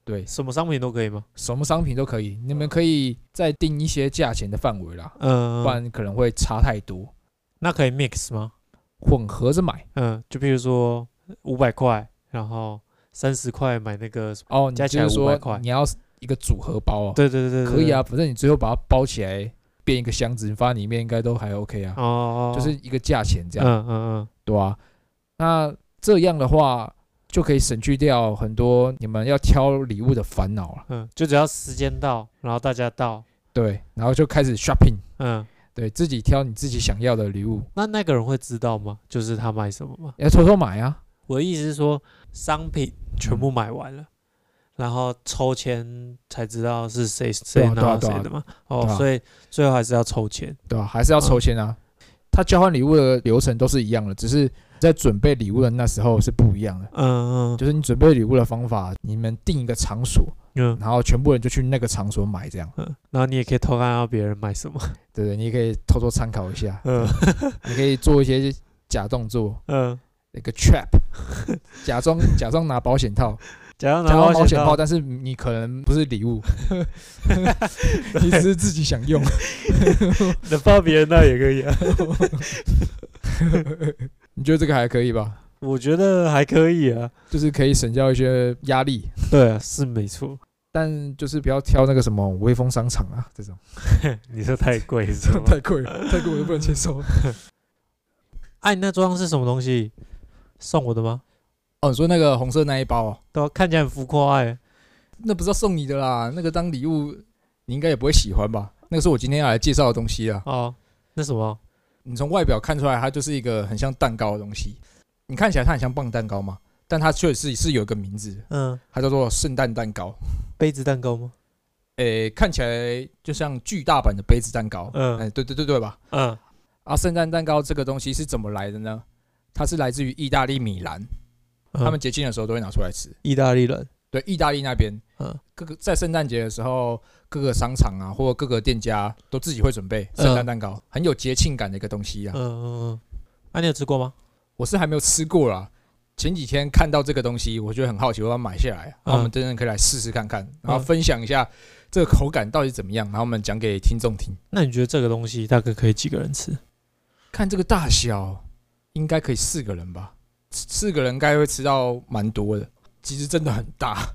Speaker 2: 对，
Speaker 1: 什么商品都可以吗？
Speaker 2: 什么商品都可以，你们可以再定一些价钱的范围啦，
Speaker 1: 嗯
Speaker 2: 不，然可能会差太多，
Speaker 1: 那可以 mix 吗？
Speaker 2: 混合着买
Speaker 1: 嗯，就比如说五百块，然后三十块买那个什么，
Speaker 2: 哦。你
Speaker 1: 加起来
Speaker 2: 就是
Speaker 1: 500块
Speaker 2: 说你要一个组合包哦，
Speaker 1: 对对对对，
Speaker 2: 可以啊，
Speaker 1: 对，
Speaker 2: 反正你最后把它包起来变一个箱子，你放在里面应该都还 OK 啊，
Speaker 1: 哦哦，哦
Speaker 2: 就是一个价钱这样。
Speaker 1: 嗯嗯
Speaker 2: 对啊，那这样的话就可以省去掉很多你们要挑礼物的烦恼了。
Speaker 1: 嗯嗯，就只要时间到，然后大家到，
Speaker 2: 对，然后就开始 shopping，
Speaker 1: 嗯，
Speaker 2: 对自己挑你自己想要的礼物，
Speaker 1: 那那个人会知道吗？就是他买什么吗？
Speaker 2: 要偷偷买啊。嗯
Speaker 1: 我的意思是说，商品全部买完了，然后抽签才知道是谁谁
Speaker 2: 对啊
Speaker 1: 拿
Speaker 2: 对啊
Speaker 1: 到
Speaker 2: 对啊
Speaker 1: 谁的嘛。
Speaker 2: 对
Speaker 1: 哦，
Speaker 2: 啊
Speaker 1: 所以最后还是要抽签。
Speaker 2: 对吧、还是要抽签啊。
Speaker 1: 嗯
Speaker 2: 他交换礼物的流程都是一样的，只是在准备礼物的那时候是不一样的。
Speaker 1: 嗯嗯
Speaker 2: 就是你准备礼物的方法，你们定一个场所，
Speaker 1: 嗯
Speaker 2: 然后全部人就去那个场所买，这样，
Speaker 1: 嗯，然后你也可以偷看到别人买什么。
Speaker 2: 对不对？你也可以偷偷参考一下，
Speaker 1: 嗯
Speaker 2: 你可以做一些假动作，
Speaker 1: 嗯，
Speaker 2: 那个 trap，假装假装拿保险 套，
Speaker 1: 假装拿
Speaker 2: 假装保
Speaker 1: 保
Speaker 2: 险套，
Speaker 1: 套，
Speaker 2: 但是你可能不是礼 物，你只是自己想用。
Speaker 1: 能放别人那也可以啊。
Speaker 2: 你觉得这个还可以吧？
Speaker 1: 我觉得还可以啊。
Speaker 2: 就是可以省掉一些压力，
Speaker 1: 对啊，是没错。
Speaker 2: 但就是不要挑那个什么威风商场啊，这种
Speaker 1: 你说太贵是 吗？
Speaker 2: 太贵了，太贵我就不能接受。
Speaker 1: 哎，你那装是什么东西？送我的吗？
Speaker 2: 哦，你说那个红色那一包哦，
Speaker 1: 对啊，看起来很浮夸哎。
Speaker 2: 那不是要送你的啦，那个当礼物你应该也不会喜欢吧？那个是我今天要来介绍的东西啊。
Speaker 1: 哦，那什么？
Speaker 2: 你从外表看出来，它就是一个很像蛋糕的东西。你看起来它很像棒蛋糕嘛，但它确实是是有一个名字的，
Speaker 1: 嗯，
Speaker 2: 它叫做圣诞蛋糕。
Speaker 1: 杯子蛋糕吗？
Speaker 2: 诶、看起来就像巨大版的杯子蛋糕。
Speaker 1: 嗯
Speaker 2: 嗯，诶、对对对对吧？
Speaker 1: 嗯
Speaker 2: 啊，圣诞蛋糕这个东西是怎么来的呢？它是来自于意大利米兰，
Speaker 1: 嗯，
Speaker 2: 他们节庆的时候都会拿出来吃。
Speaker 1: 意大利人。
Speaker 2: 对，意大利那边，
Speaker 1: 嗯
Speaker 2: 各个在圣诞节的时候，各个商场啊，或各个店家都自己会准备
Speaker 1: 嗯
Speaker 2: 圣诞蛋糕，很有节庆感的一个东西啊。
Speaker 1: 嗯嗯嗯，啊，你有吃过吗？
Speaker 2: 我是还没有吃过啦。前几天看到这个东西，我觉得很好奇，我要买下来。
Speaker 1: 嗯
Speaker 2: 那我们真的可以来试试看看，然后分享一下这个口感到底怎么样，然后我们讲给听众听。
Speaker 1: 那你觉得这个东西大概可以几个人吃？
Speaker 2: 看这个大小，应该可以四个人吧？四四个人应该会吃到蛮多的，其实真的很大。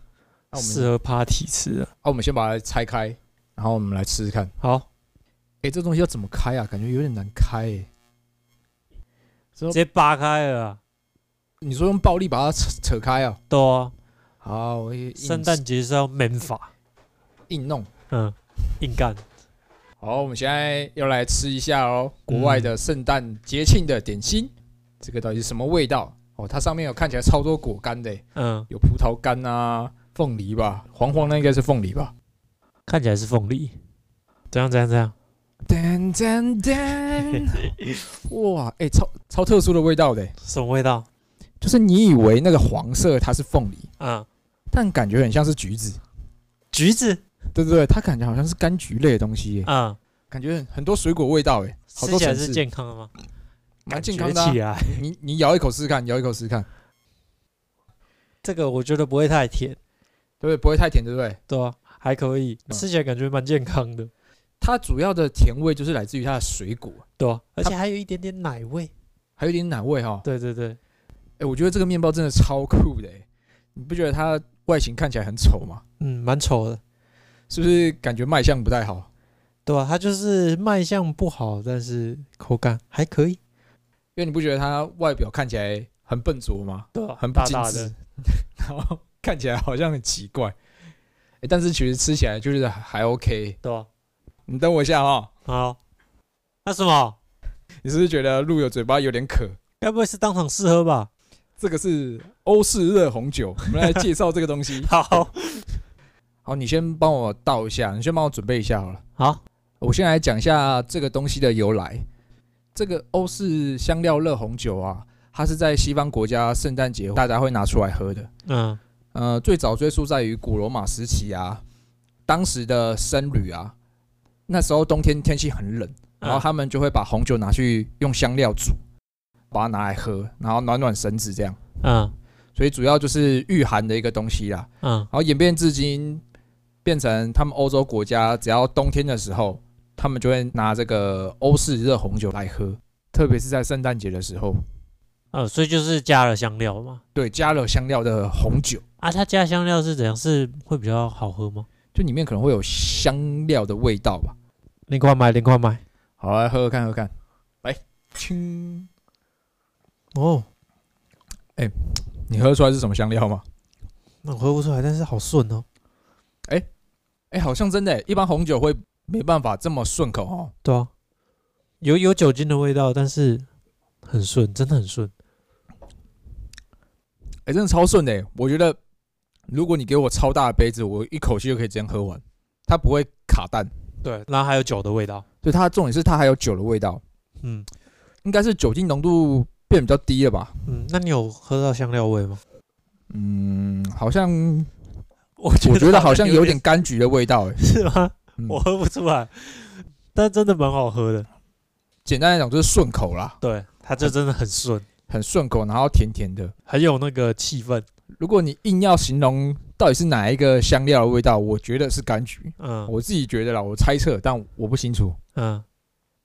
Speaker 2: 那我们
Speaker 1: 适合 party 吃的。
Speaker 2: 那我们先把它拆开，然后我们来吃吃看。
Speaker 1: 好，
Speaker 2: 诶，这东西要怎么开啊？感觉有点难开、诶。
Speaker 1: 直接扒开了啊。
Speaker 2: 你说用暴力把它扯扯开啊？
Speaker 1: 对啊，
Speaker 2: 好，我也硬
Speaker 1: 圣诞节是要 man 法，
Speaker 2: 硬弄。
Speaker 1: 嗯，硬干。
Speaker 2: 好，我们现在要来吃一下哦，国外
Speaker 1: 嗯
Speaker 2: 的圣诞节庆的点心，这个到底是什么味道？哦，它上面有看起来超多果干的耶，
Speaker 1: 嗯，
Speaker 2: 有葡萄干啊，凤梨吧，黄黄的应该是凤梨吧。
Speaker 1: 看起来是凤梨。怎样怎样怎样？
Speaker 2: 噔噔噔， 哇，哎、超超特殊的味道的耶，
Speaker 1: 什么味道？
Speaker 2: 就是你以为那个黄色它是凤梨，
Speaker 1: 嗯，
Speaker 2: 但感觉很像是橘子，
Speaker 1: 橘子。
Speaker 2: 对对对，它感觉好像是柑橘类的东西耶，
Speaker 1: 嗯，
Speaker 2: 感觉很很多水果味道，哎，好
Speaker 1: 吃
Speaker 2: 多
Speaker 1: 起来
Speaker 2: 层
Speaker 1: 是
Speaker 2: 次，
Speaker 1: 健康的吗？
Speaker 2: 蛮健
Speaker 1: 感
Speaker 2: 康
Speaker 1: 觉
Speaker 2: 的啊、
Speaker 1: 起来，
Speaker 2: 你你咬一口试试看，咬一口试试看，
Speaker 1: 这个我觉得不会太甜，
Speaker 2: 对不对？不会太甜，对不对？
Speaker 1: 对啊，还可以，
Speaker 2: 嗯
Speaker 1: 吃起来感觉蛮健康的，
Speaker 2: 它主要的甜味就是来自于它的水果，
Speaker 1: 对啊，而且还有一点点奶味。
Speaker 2: 还有一点奶味哈、哦。
Speaker 1: 对对对，
Speaker 2: 哎，我觉得这个面包真的超酷的诶，你不觉得它外形看起来很丑吗？
Speaker 1: 嗯，蛮丑的。
Speaker 2: 是不是感觉卖相不太好？
Speaker 1: 对啊，它就是卖相不好，但是口感还可以。
Speaker 2: 因为你不觉得它外表看起来很笨拙吗？
Speaker 1: 对啊
Speaker 2: 很不
Speaker 1: 大
Speaker 2: 精
Speaker 1: 大
Speaker 2: 致
Speaker 1: 的。，
Speaker 2: 然后看起来好像很奇怪，诶但是其实吃起来就是还 OK。
Speaker 1: 对啊。
Speaker 2: 你等我一下哦，
Speaker 1: 好，那什么，
Speaker 2: 你是不是觉得鹿友嘴巴有点渴？
Speaker 1: 该不会是当场试喝吧？。
Speaker 2: 这个是欧式热红酒，我们来介绍这个东西
Speaker 1: 好，
Speaker 2: 好，你先帮我倒一下，你先帮我准备一下好了。
Speaker 1: 好，
Speaker 2: 我先来讲一下这个东西的由来。这个欧式香料热红酒啊，它是在西方国家圣诞节大家会拿出来喝的。
Speaker 1: 嗯
Speaker 2: 呃，最早追溯在于古罗马时期啊，当时的僧侣啊，那时候冬天天气很冷，
Speaker 1: 嗯
Speaker 2: 然后他们就会把红酒拿去用香料煮，把它拿来喝，然后暖暖身子这样。
Speaker 1: 嗯
Speaker 2: 所以主要就是御寒的一个东西啦。
Speaker 1: 嗯
Speaker 2: 然后演变至今，变成他们欧洲国家只要冬天的时候，他们就会拿这个欧式热红酒来喝，特别是在圣诞节的时候，
Speaker 1: 呃，所以就是加了香料嘛。
Speaker 2: 对，加了香料的红酒，
Speaker 1: 啊，它加香料是怎样？是会比较好喝吗？
Speaker 2: 就里面可能会有香料的味道吧。
Speaker 1: 零块买，零块买。
Speaker 2: 好，来喝喝看，喝看，来，亲，
Speaker 1: 哦，
Speaker 2: 你喝出来是什么香料吗？
Speaker 1: 那我喝不出来，但是好顺哦。
Speaker 2: 哎，好像真的，一般红酒会没办法这么顺口哦。
Speaker 1: 对啊，有有酒精的味道，但是很顺，真的很顺。
Speaker 2: 哎、真的超顺的欸！我觉得如果你给我超大的杯子，我一口气就可以这样喝完，它不会卡蛋。
Speaker 1: 对，然后还有酒的味道。
Speaker 2: 对，它重点是它还有酒的味道，
Speaker 1: 嗯
Speaker 2: 应该是酒精浓度变比较低了吧？
Speaker 1: 嗯，那你有喝到香料味吗？
Speaker 2: 嗯，好像
Speaker 1: 我
Speaker 2: 我觉得好像有点柑橘的味 道欸。
Speaker 1: 是吗？
Speaker 2: 嗯
Speaker 1: 我喝不出来， 但真的蛮好喝的。
Speaker 2: 简单来讲就是顺口啦，
Speaker 1: 对，它就真的很顺，
Speaker 2: 很顺口，然后甜甜的。
Speaker 1: 很有那个气氛。
Speaker 2: 如果你硬要形容到底是哪一个香料的味道，我觉得是柑橘，
Speaker 1: 嗯
Speaker 2: 我自己觉得啦，我猜测，但我不清楚。
Speaker 1: 嗯，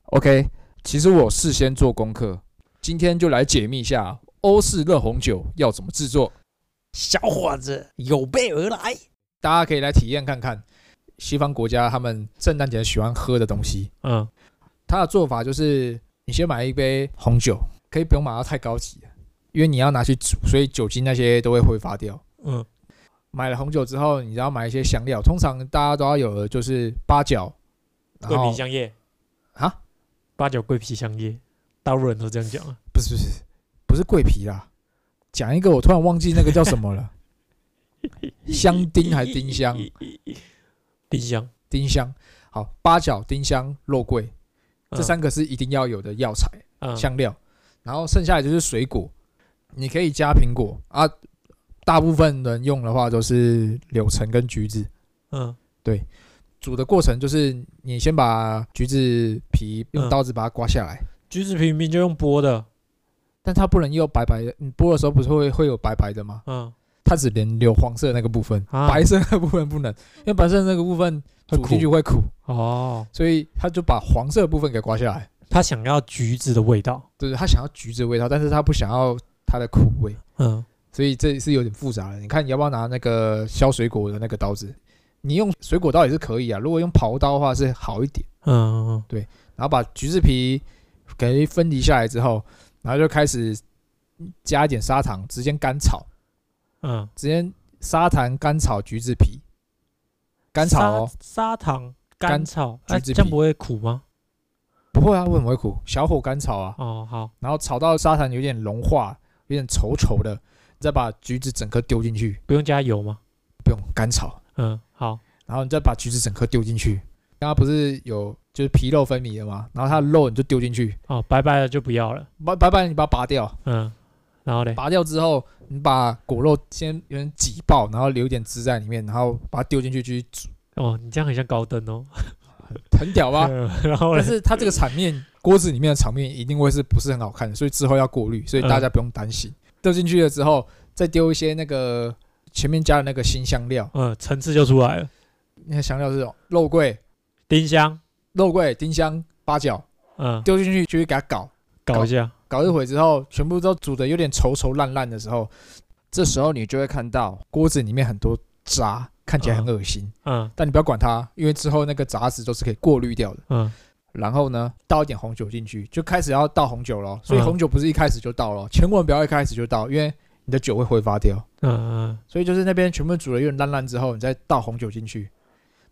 Speaker 2: OK，其实我有事先做功课，今天就来解密一下欧式热红酒要怎么制作，
Speaker 1: 小伙子有备而来。
Speaker 2: 大家可以来体验看看西方国家他们圣诞节喜欢喝的东西。
Speaker 1: 嗯
Speaker 2: 它的做法就是，你先买一杯红酒，可以不用买到太高级的，因为你要拿去煮，所以酒精那些都会挥发掉。
Speaker 1: 嗯
Speaker 2: 买了红酒之后，你要买一些香料，通常大家都要有的就是八角，然
Speaker 1: 桂
Speaker 2: 后
Speaker 1: 皮香叶
Speaker 2: 啊，
Speaker 1: 八角桂皮香叶，大陆人都这样讲啊。
Speaker 2: 不是不是不是桂皮啦，讲一个我突然忘记那个叫什么了。香丁还丁香？
Speaker 1: 丁香，
Speaker 2: 丁香，好，八角、丁香、肉桂，这
Speaker 1: 嗯
Speaker 2: 三个是一定要有的药材、
Speaker 1: 嗯
Speaker 2: 香料。然后剩下的就是水果，你可以加苹果啊。大部分人用的话都是柳橙跟橘子。
Speaker 1: 嗯
Speaker 2: 煮的过程就是你先把橘子皮用
Speaker 1: 嗯
Speaker 2: 刀子把它刮下来，
Speaker 1: 橘子皮明明就用剥的，
Speaker 2: 但它不能又白白的。你剥的时候不是会会有白白的吗？
Speaker 1: 嗯，
Speaker 2: 它只能留黄色那个部分，
Speaker 1: 啊
Speaker 2: 白色那个部分不能，因为白色那个部分
Speaker 1: 会
Speaker 2: 煮进去
Speaker 1: 苦
Speaker 2: 会苦，
Speaker 1: 哦。
Speaker 2: 所以他就把黄色的部分给刮下来。
Speaker 1: 他想要橘子的味道，
Speaker 2: 就是他想要橘子的味道，但是他不想要它的苦味，
Speaker 1: 嗯
Speaker 2: 所以这是有点复杂的。你看，你要不要拿那个削水果的那个刀子？你用水果刀也是可以啊，如果用刨刀的话是好一点。
Speaker 1: 嗯
Speaker 2: 然后把橘子皮给分离下来之后，然后就开始加一点砂糖，直接干炒，
Speaker 1: 嗯，
Speaker 2: 直接砂糖干炒橘子皮，干炒哦，
Speaker 1: 砂砂糖
Speaker 2: 干
Speaker 1: 甘草，啊
Speaker 2: 橘子
Speaker 1: 这样
Speaker 2: 皮
Speaker 1: 不会苦吗？
Speaker 2: 不会啊，为什么会苦？小火干炒啊，
Speaker 1: 哦，好，
Speaker 2: 然后炒到砂糖有点融化，有点稠稠的，再把橘子整颗丢进去，
Speaker 1: 不用加油吗？
Speaker 2: 不用干炒。
Speaker 1: 嗯，好，
Speaker 2: 然后你再把橘子整颗丢进去。刚刚不是有就是皮肉分离的嘛，然后它的肉你就丢进去，
Speaker 1: 哦，白白的就不要了，
Speaker 2: 把白白你把它拔掉，
Speaker 1: 嗯，然后嘞，
Speaker 2: 拔掉之后你把果肉先有点挤爆，然后留一点汁在里面，然后把它丢进去去煮，
Speaker 1: 哦，你这样很像高登哦，
Speaker 2: 很屌 吧？
Speaker 1: 嗯然后
Speaker 2: 但
Speaker 1: 嘞，
Speaker 2: 是它这个场面锅子里面的场面一定会是不是很好看的，所以之后要过滤，所以大家不用担心。丢进去了之后，再丢一些那个前面加的那个新香料，
Speaker 1: 嗯，层次就出来了，
Speaker 2: 那个香料是肉桂、
Speaker 1: 丁香，
Speaker 2: 肉桂、丁香、八角，
Speaker 1: 嗯，
Speaker 2: 丢进去就去给它搞。
Speaker 1: 搞一下，
Speaker 2: 搞一会之后，全部都煮的有点稠稠烂烂的时候，这时候你就会看到锅子里面很多渣，看起来很恶心，
Speaker 1: 嗯
Speaker 2: 但你不要管它，因为之后那个杂质都是可以过滤掉的。
Speaker 1: 嗯
Speaker 2: 然后呢，倒一点红酒进去，就开始要倒红酒咯。所以
Speaker 1: 嗯
Speaker 2: 红酒不是一开始就倒咯，千万不要一开始就倒，因为你的酒会挥发掉。
Speaker 1: 嗯嗯，
Speaker 2: 所以就是那边全部煮的有点烂烂之后，你再倒红酒进去，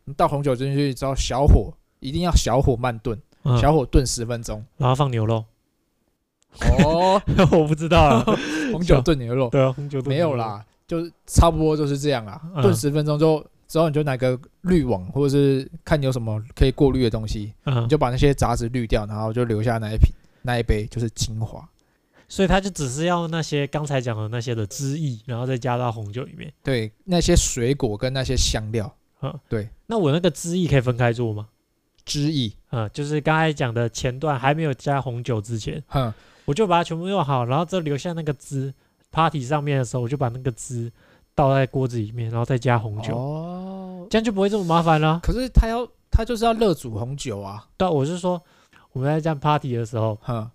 Speaker 2: 你倒红酒进去之后，小火一定要小火慢炖，
Speaker 1: 嗯
Speaker 2: 小火炖十分钟。
Speaker 1: 然后放牛肉，
Speaker 2: 哦，
Speaker 1: 我不知道啊，
Speaker 2: 红酒炖牛肉。
Speaker 1: 对啊，红酒炖
Speaker 2: 没有
Speaker 1: 牛肉，
Speaker 2: 啦，就是差不多就是这样啦。
Speaker 1: 嗯
Speaker 2: 炖十分钟之后，之后你就拿个滤网，或者是看你有什么可以过滤的东西，
Speaker 1: 嗯
Speaker 2: 你，就把那些杂质滤掉，然后就留下那一瓶那一杯就是精华。
Speaker 1: 所以他就只是要那些刚才讲的那些的汁液，然后再加到红酒里面。
Speaker 2: 对，那些水果跟那些香料
Speaker 1: 嗯，
Speaker 2: 对，
Speaker 1: 那我那个汁液可以分开做吗？
Speaker 2: 之意，
Speaker 1: 嗯，就是刚才讲的前段还没有加红酒之前，
Speaker 2: 哼，
Speaker 1: 我就把它全部用好，然后再留下那个汁。party 上面的时候，我就把那个汁倒在锅子里面，然后再加红酒，
Speaker 2: 哦，
Speaker 1: 这样就不会这么麻烦了。
Speaker 2: 可是他要他就是要热煮红酒啊，
Speaker 1: 对啊，我是说我们在这样 party 的时候，
Speaker 2: 哼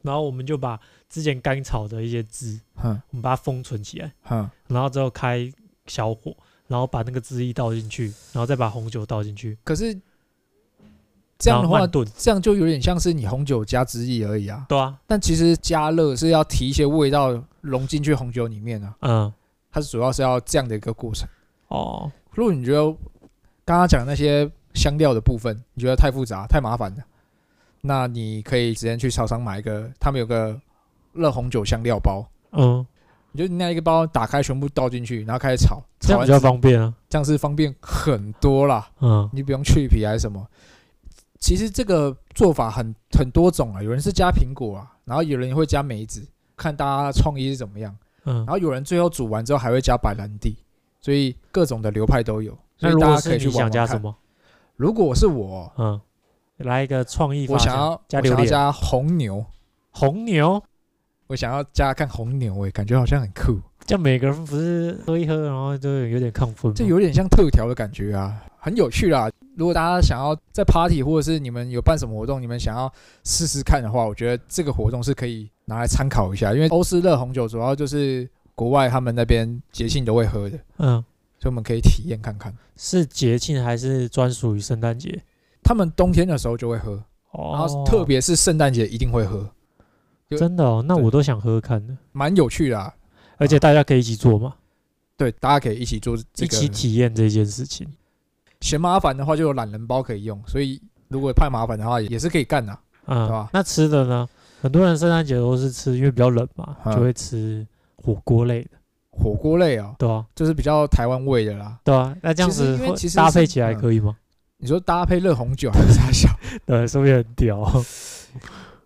Speaker 1: 然后我们就把之前干炒的一些汁，
Speaker 2: 哼
Speaker 1: 我们把它封存起来，
Speaker 2: 哼，
Speaker 1: 然后之后开小火，然后把那个汁液倒进去，然后再把红酒倒进去，
Speaker 2: 可是这样
Speaker 1: 然
Speaker 2: 的
Speaker 1: 后
Speaker 2: 话
Speaker 1: 慢，炖，
Speaker 2: 这样就有点像是你红酒加汁液而已啊。
Speaker 1: 对啊，
Speaker 2: 但其实加热是要提一些味道融进去红酒里面啊，
Speaker 1: 嗯，
Speaker 2: 它主要是要这样的一个过程。
Speaker 1: 哦，
Speaker 2: 如果你觉得刚刚讲那些香料的部分，你觉得太复杂、太麻烦了，那你可以直接去超商买一个，他们有个热红酒香料包，
Speaker 1: 嗯，
Speaker 2: 你就那一个包打开，全部倒进去，然后开始炒，
Speaker 1: 这
Speaker 2: 炒
Speaker 1: 样
Speaker 2: 完
Speaker 1: 比较
Speaker 2: 之
Speaker 1: 方便啊，
Speaker 2: 这样是方便很多啦，
Speaker 1: 嗯，
Speaker 2: 你不用去皮还是什么。其实这个做法很很多种啊，有人是加苹果啊，然后有人也会加梅子，看大家创意是怎么样。
Speaker 1: 嗯
Speaker 2: 然，后有人最后煮完之后还会加白兰地，所以各种的流派都有。所
Speaker 1: 那
Speaker 2: 以
Speaker 1: 如
Speaker 2: 大
Speaker 1: 果
Speaker 2: 家可
Speaker 1: 是
Speaker 2: 以去
Speaker 1: 你
Speaker 2: 玩
Speaker 1: 想
Speaker 2: 玩
Speaker 1: 加
Speaker 2: 看
Speaker 1: 什？么？
Speaker 2: 如果是我，
Speaker 1: 嗯，来一个创意发
Speaker 2: 我
Speaker 1: 想，
Speaker 2: 想要
Speaker 1: 加
Speaker 2: 我想
Speaker 1: 榴
Speaker 2: 要
Speaker 1: 莲、
Speaker 2: 加红牛，
Speaker 1: 红牛，
Speaker 2: 我想要加看红牛、欸，哎，感觉好像很酷，
Speaker 1: 这样每个人不是喝一喝，然后就有点亢奋吗，
Speaker 2: 这有点像特调的感觉啊，很有趣啦。如果大家想要在 party 或者是你们有办什么活动，你们想要试试看的话，我觉得这个活动是可以拿来参考一下，因为欧式热红酒主要就是国外他们那边节庆都会喝的，所
Speaker 1: 嗯，
Speaker 2: 以我们可以体验看看。
Speaker 1: 是节庆还是专属于圣诞节？
Speaker 2: 他们冬天的时候就会喝，
Speaker 1: 哦，
Speaker 2: 然后特别是圣诞节一定会喝，就
Speaker 1: 真的哦，那
Speaker 2: 对
Speaker 1: 我都想喝喝看的，
Speaker 2: 蛮有趣的、啊。
Speaker 1: 而且大家可以一起做嘛，
Speaker 2: 对，大家可以一起做这
Speaker 1: 一
Speaker 2: 个。
Speaker 1: 起体验这件事情。
Speaker 2: 嫌麻烦的话，就有懒人包可以用，所以如果怕麻烦的话，也是可以干啊的、对
Speaker 1: 嗯
Speaker 2: 吧，
Speaker 1: 那吃的呢？很多人圣诞节都是吃，因为比较冷嘛，
Speaker 2: 嗯
Speaker 1: 就会吃火锅类的，
Speaker 2: 火锅类哦，
Speaker 1: 对啊，
Speaker 2: 就是比较台湾味的啦。
Speaker 1: 对啊。那这样
Speaker 2: 其实
Speaker 1: 子
Speaker 2: 因为
Speaker 1: 会
Speaker 2: 其实
Speaker 1: 搭
Speaker 2: 是
Speaker 1: 配起来
Speaker 2: 嗯
Speaker 1: 可以吗？
Speaker 2: 你说搭配热红酒还是啥小？
Speaker 1: 对，是不是很屌？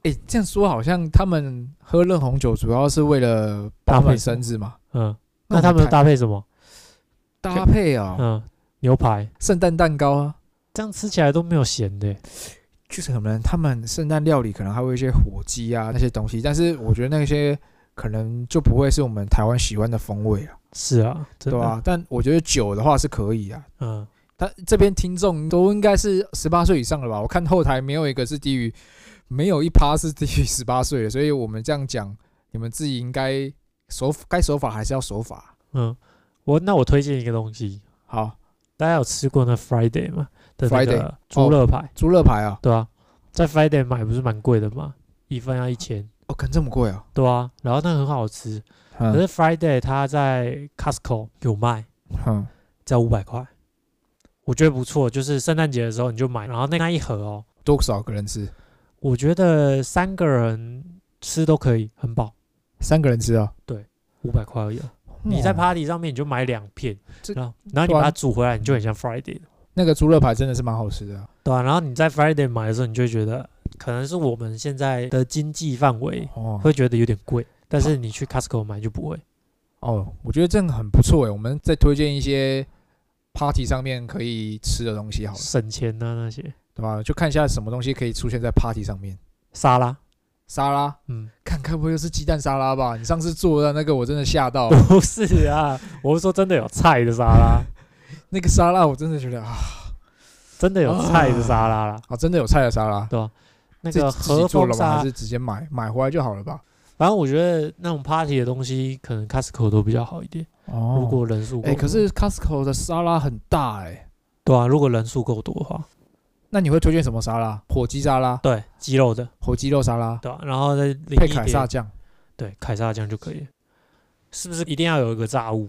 Speaker 2: 哎、这样说好像他们喝热红酒主要是为了保
Speaker 1: 搭配
Speaker 2: 暖
Speaker 1: 什么
Speaker 2: 身子嘛。
Speaker 1: 嗯，
Speaker 2: 我
Speaker 1: 那他们
Speaker 2: 台
Speaker 1: 搭配什么？
Speaker 2: 搭配啊、哦，
Speaker 1: 嗯，牛排。
Speaker 2: 圣诞蛋糕啊，
Speaker 1: 这样吃起来都没有咸的欸。
Speaker 2: 就是可能他们圣诞料理可能还会有一些火鸡啊那些东西，但是我觉得那些可能就不会是我们台湾喜欢的风味啊，
Speaker 1: 是啊，真
Speaker 2: 对
Speaker 1: 的。
Speaker 2: 吧、但我觉得酒的话是可以啊。
Speaker 1: 嗯，
Speaker 2: 但这边听众都应该是十八岁以上了吧？我看后台没有一个是低于，没有一趴是低于 十八岁的，所以我们这样讲，你们自己应该守该守法还是要守法。
Speaker 1: 嗯，我那我推荐一个东西，
Speaker 2: 好，
Speaker 1: 大家有吃过那 Friday 吗？的那
Speaker 2: Friday，哦
Speaker 1: 个猪肋排，
Speaker 2: 猪肋排啊，
Speaker 1: 对啊，在 Friday 买不是蛮贵的吗？一份要一千，
Speaker 2: 哦，跟这么贵啊？
Speaker 1: 对啊，然后那个很好吃，可
Speaker 2: 嗯
Speaker 1: 是 Friday 它在 Costco 有卖，
Speaker 2: 嗯，
Speaker 1: 在五百块，我觉得不错，就是圣诞节的时候你就买，然后那那一盒哦，
Speaker 2: 多少个人吃？
Speaker 1: 我觉得三个人吃都可以，很饱，
Speaker 2: 三个人吃啊？
Speaker 1: 五百块而已哦。你在
Speaker 2: 哦
Speaker 1: party 上面你就买两片，
Speaker 2: 这
Speaker 1: 然后然后你
Speaker 2: 对啊
Speaker 1: 把它煮回来，你就很像 Friday 了
Speaker 2: 那个猪肋排真的是蛮好吃的啊、
Speaker 1: 对啊，然后你在 Friday 买的时候，你就会觉得可能是我们现在的经济范围
Speaker 2: 哦
Speaker 1: 会觉得有点贵，但是你去 Costco 买就不会。
Speaker 2: 哦，我觉得这样很不错诶。欸我们再推荐一些 party 上面可以吃的东西好了，
Speaker 1: 省钱呢、那些
Speaker 2: 对吧？就看一下什么东西可以出现在 party 上面，
Speaker 1: 沙拉，
Speaker 2: 沙拉。
Speaker 1: 嗯，
Speaker 2: 看，该不会又是鸡蛋沙拉吧？你上次做的那个，我真的 吓到，
Speaker 1: 不是啊，我是说真的有菜的沙拉，
Speaker 2: 那个沙拉我真的觉得啊，
Speaker 1: 真的有菜的沙拉啦，
Speaker 2: 啊，真的有菜的沙拉，
Speaker 1: 那
Speaker 2: 哦自己
Speaker 1: 个
Speaker 2: 自己
Speaker 1: 和
Speaker 2: 做
Speaker 1: 风
Speaker 2: 了吗？还
Speaker 1: 沙
Speaker 2: 是，直接买买回来就好了吧？
Speaker 1: 反正我觉得那种 party 的东西，可能 Costco 都比较好一点，
Speaker 2: 哦
Speaker 1: 如果人数够
Speaker 2: 哎、
Speaker 1: 多。
Speaker 2: 可是 Costco 的沙拉很大哎、
Speaker 1: 对啊，如果人数够多的话，
Speaker 2: 那你会推荐什么沙拉？火鸡沙拉、
Speaker 1: 对鸡肉的，
Speaker 2: 火鸡肉沙拉
Speaker 1: 对啊，然后再淋
Speaker 2: 配
Speaker 1: 一
Speaker 2: 凯
Speaker 1: 点
Speaker 2: 撒酱。
Speaker 1: 对，凯撒酱就可以了。是不是一定要有一个炸物？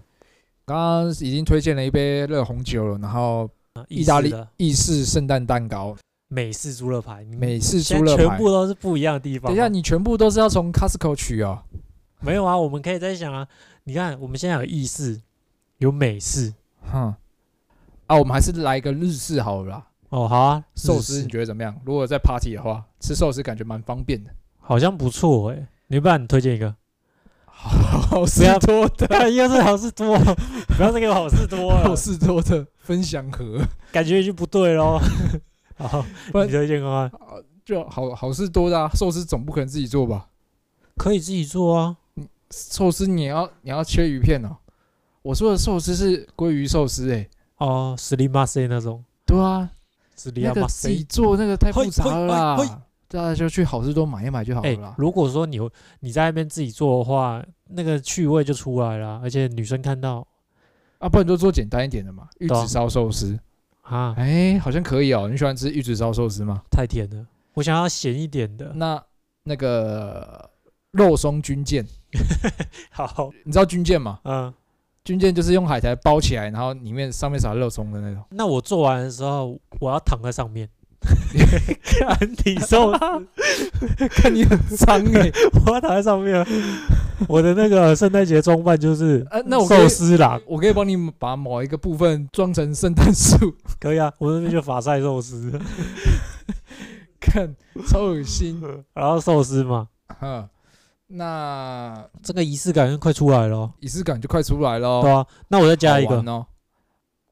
Speaker 2: 刚刚已经推荐了一杯热红酒了，然后
Speaker 1: 啊
Speaker 2: 意大
Speaker 1: 式
Speaker 2: 利
Speaker 1: 的
Speaker 2: 意式圣诞蛋糕、
Speaker 1: 美式猪肋排，你
Speaker 2: 美式
Speaker 1: 嗯现
Speaker 2: 猪
Speaker 1: 在
Speaker 2: 肋
Speaker 1: 全
Speaker 2: 排
Speaker 1: 部。都是不一样的地方
Speaker 2: 等
Speaker 1: 啊。
Speaker 2: 一下，你全部都是要从 Costco 取哦。
Speaker 1: 没有啊？我们可以再想啊。你看，我们现在有意式，有美式。
Speaker 2: 哼，啊，我们还是来一个日式好了啦。
Speaker 1: 哦，好啊，
Speaker 2: 寿
Speaker 1: 日
Speaker 2: 司
Speaker 1: 式
Speaker 2: 你觉得怎么样？如果在 party 的话，吃寿司感觉蛮方 便的。
Speaker 1: 好像不错哎、你不然你推荐一个？
Speaker 2: 好事多的，
Speaker 1: 当然又是好事多，不要再给我好事多
Speaker 2: 好
Speaker 1: 了，
Speaker 2: 事多的分享盒，
Speaker 1: 感觉已经不对喽。然后
Speaker 2: 不然
Speaker 1: 你推荐看看，
Speaker 2: 就好好事多的啊，寿司总不可能自己做吧？
Speaker 1: 可以自己做啊。
Speaker 2: 寿司你也要你要切鱼片哦。我说的寿司是鲑鱼寿司、欸，诶，
Speaker 1: 哦，斯里马塞那种，
Speaker 2: 对啊，
Speaker 1: 斯里
Speaker 2: 那
Speaker 1: 亚
Speaker 2: 个
Speaker 1: 马
Speaker 2: 自
Speaker 1: 塞
Speaker 2: 己。做那个太复
Speaker 1: 嘿
Speaker 2: 杂了
Speaker 1: 嘿嘿
Speaker 2: 啦，大家就去好事多买一买就好
Speaker 1: 哎、
Speaker 2: 了啦。
Speaker 1: 如果说你你在那边自己做的话，那个趣味就出来了，而且女生看到
Speaker 2: 啊，不然就做简单一点的嘛，玉
Speaker 1: 对啊
Speaker 2: 子烧寿司，
Speaker 1: 啊，
Speaker 2: 哎、好像可以哦。你喜欢吃玉子烧寿司吗？
Speaker 1: 太甜了，我想要咸一点的。
Speaker 2: 那那个肉松军舰，
Speaker 1: 好，
Speaker 2: 你知道军舰吗？
Speaker 1: 嗯，
Speaker 2: 军舰就是用海苔包起来，然后里面上面撒肉松的那种。
Speaker 1: 那我做完的时候，我要躺在上面。看体寿司，
Speaker 2: 看你很脏哎、
Speaker 1: 我要躺在上面。啊我的那个圣诞节装扮就是
Speaker 2: 啊那我可以
Speaker 1: 寿司啦，
Speaker 2: 我可以帮你把某一个部分装成圣诞树，
Speaker 1: 可以啊，我那边就法赛寿 司，
Speaker 2: 看超恶心。
Speaker 1: 然后寿司嘛，
Speaker 2: 哈，那
Speaker 1: 这个仪式感快出来了哦，
Speaker 2: 仪式感就快出来了哦。
Speaker 1: 对啊。那我再加一
Speaker 2: 好
Speaker 1: 个
Speaker 2: 玩，哦，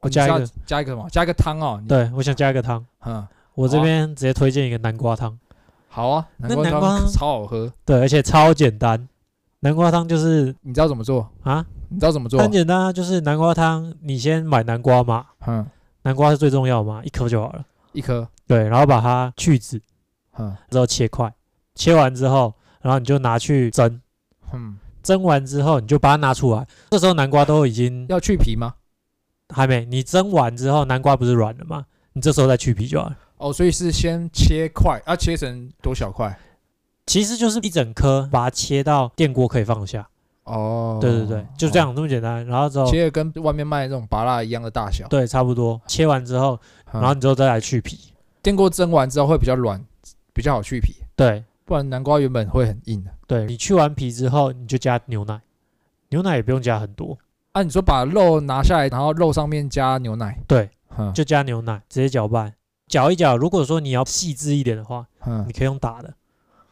Speaker 1: 我
Speaker 2: 你
Speaker 1: 加一
Speaker 2: 是要
Speaker 1: 个
Speaker 2: 加一个什么？加一个汤哦。你，
Speaker 1: 对我想加一个汤，
Speaker 2: 嗯，
Speaker 1: 我这
Speaker 2: 好啊
Speaker 1: 边直接推荐一个南瓜汤。
Speaker 2: 好啊，
Speaker 1: 那
Speaker 2: 南瓜
Speaker 1: 南瓜
Speaker 2: 汤超好喝。
Speaker 1: 对，而且超简单。南瓜汤就是
Speaker 2: 你知道怎么做？
Speaker 1: 啊，
Speaker 2: 你知道怎么做？
Speaker 1: 很简单啊，就是南瓜汤，你先买南瓜嘛，
Speaker 2: 嗯，
Speaker 1: 南瓜是最重要嘛，一颗就好了。
Speaker 2: 一颗，
Speaker 1: 对，然后把它去籽
Speaker 2: 嗯
Speaker 1: 之后切块，切完之后，然后你就拿去蒸，
Speaker 2: 嗯，
Speaker 1: 蒸完之后你就把它拿出来。这时候南瓜都已经
Speaker 2: 要去皮吗？
Speaker 1: 还没，你蒸完之后南瓜不是软了吗？你这时候再去皮就好了。
Speaker 2: 哦，所以是先切块，要、切成多小块？
Speaker 1: 其实就是一整颗，把它切到电锅可以放下。
Speaker 2: 哦，
Speaker 1: 对对对，就这样这么简单。然后之后
Speaker 2: 切的跟外面卖的那种拔蜡一样的大小。
Speaker 1: 对，差不多切完之后，
Speaker 2: 嗯
Speaker 1: 然后你之后再来去皮。
Speaker 2: 电锅蒸完之后会比较软，比较好去皮，
Speaker 1: 对，
Speaker 2: 不然南瓜原本会很硬的。
Speaker 1: 对你去完皮之后，你就加牛奶，牛奶也不用加很多，
Speaker 2: 啊，你说把肉拿下来，然后肉上面加牛奶，
Speaker 1: 对，
Speaker 2: 嗯，
Speaker 1: 就加牛奶，直接搅拌，搅一搅。如果说你要细致一点的话，
Speaker 2: 嗯
Speaker 1: 你可以用打的，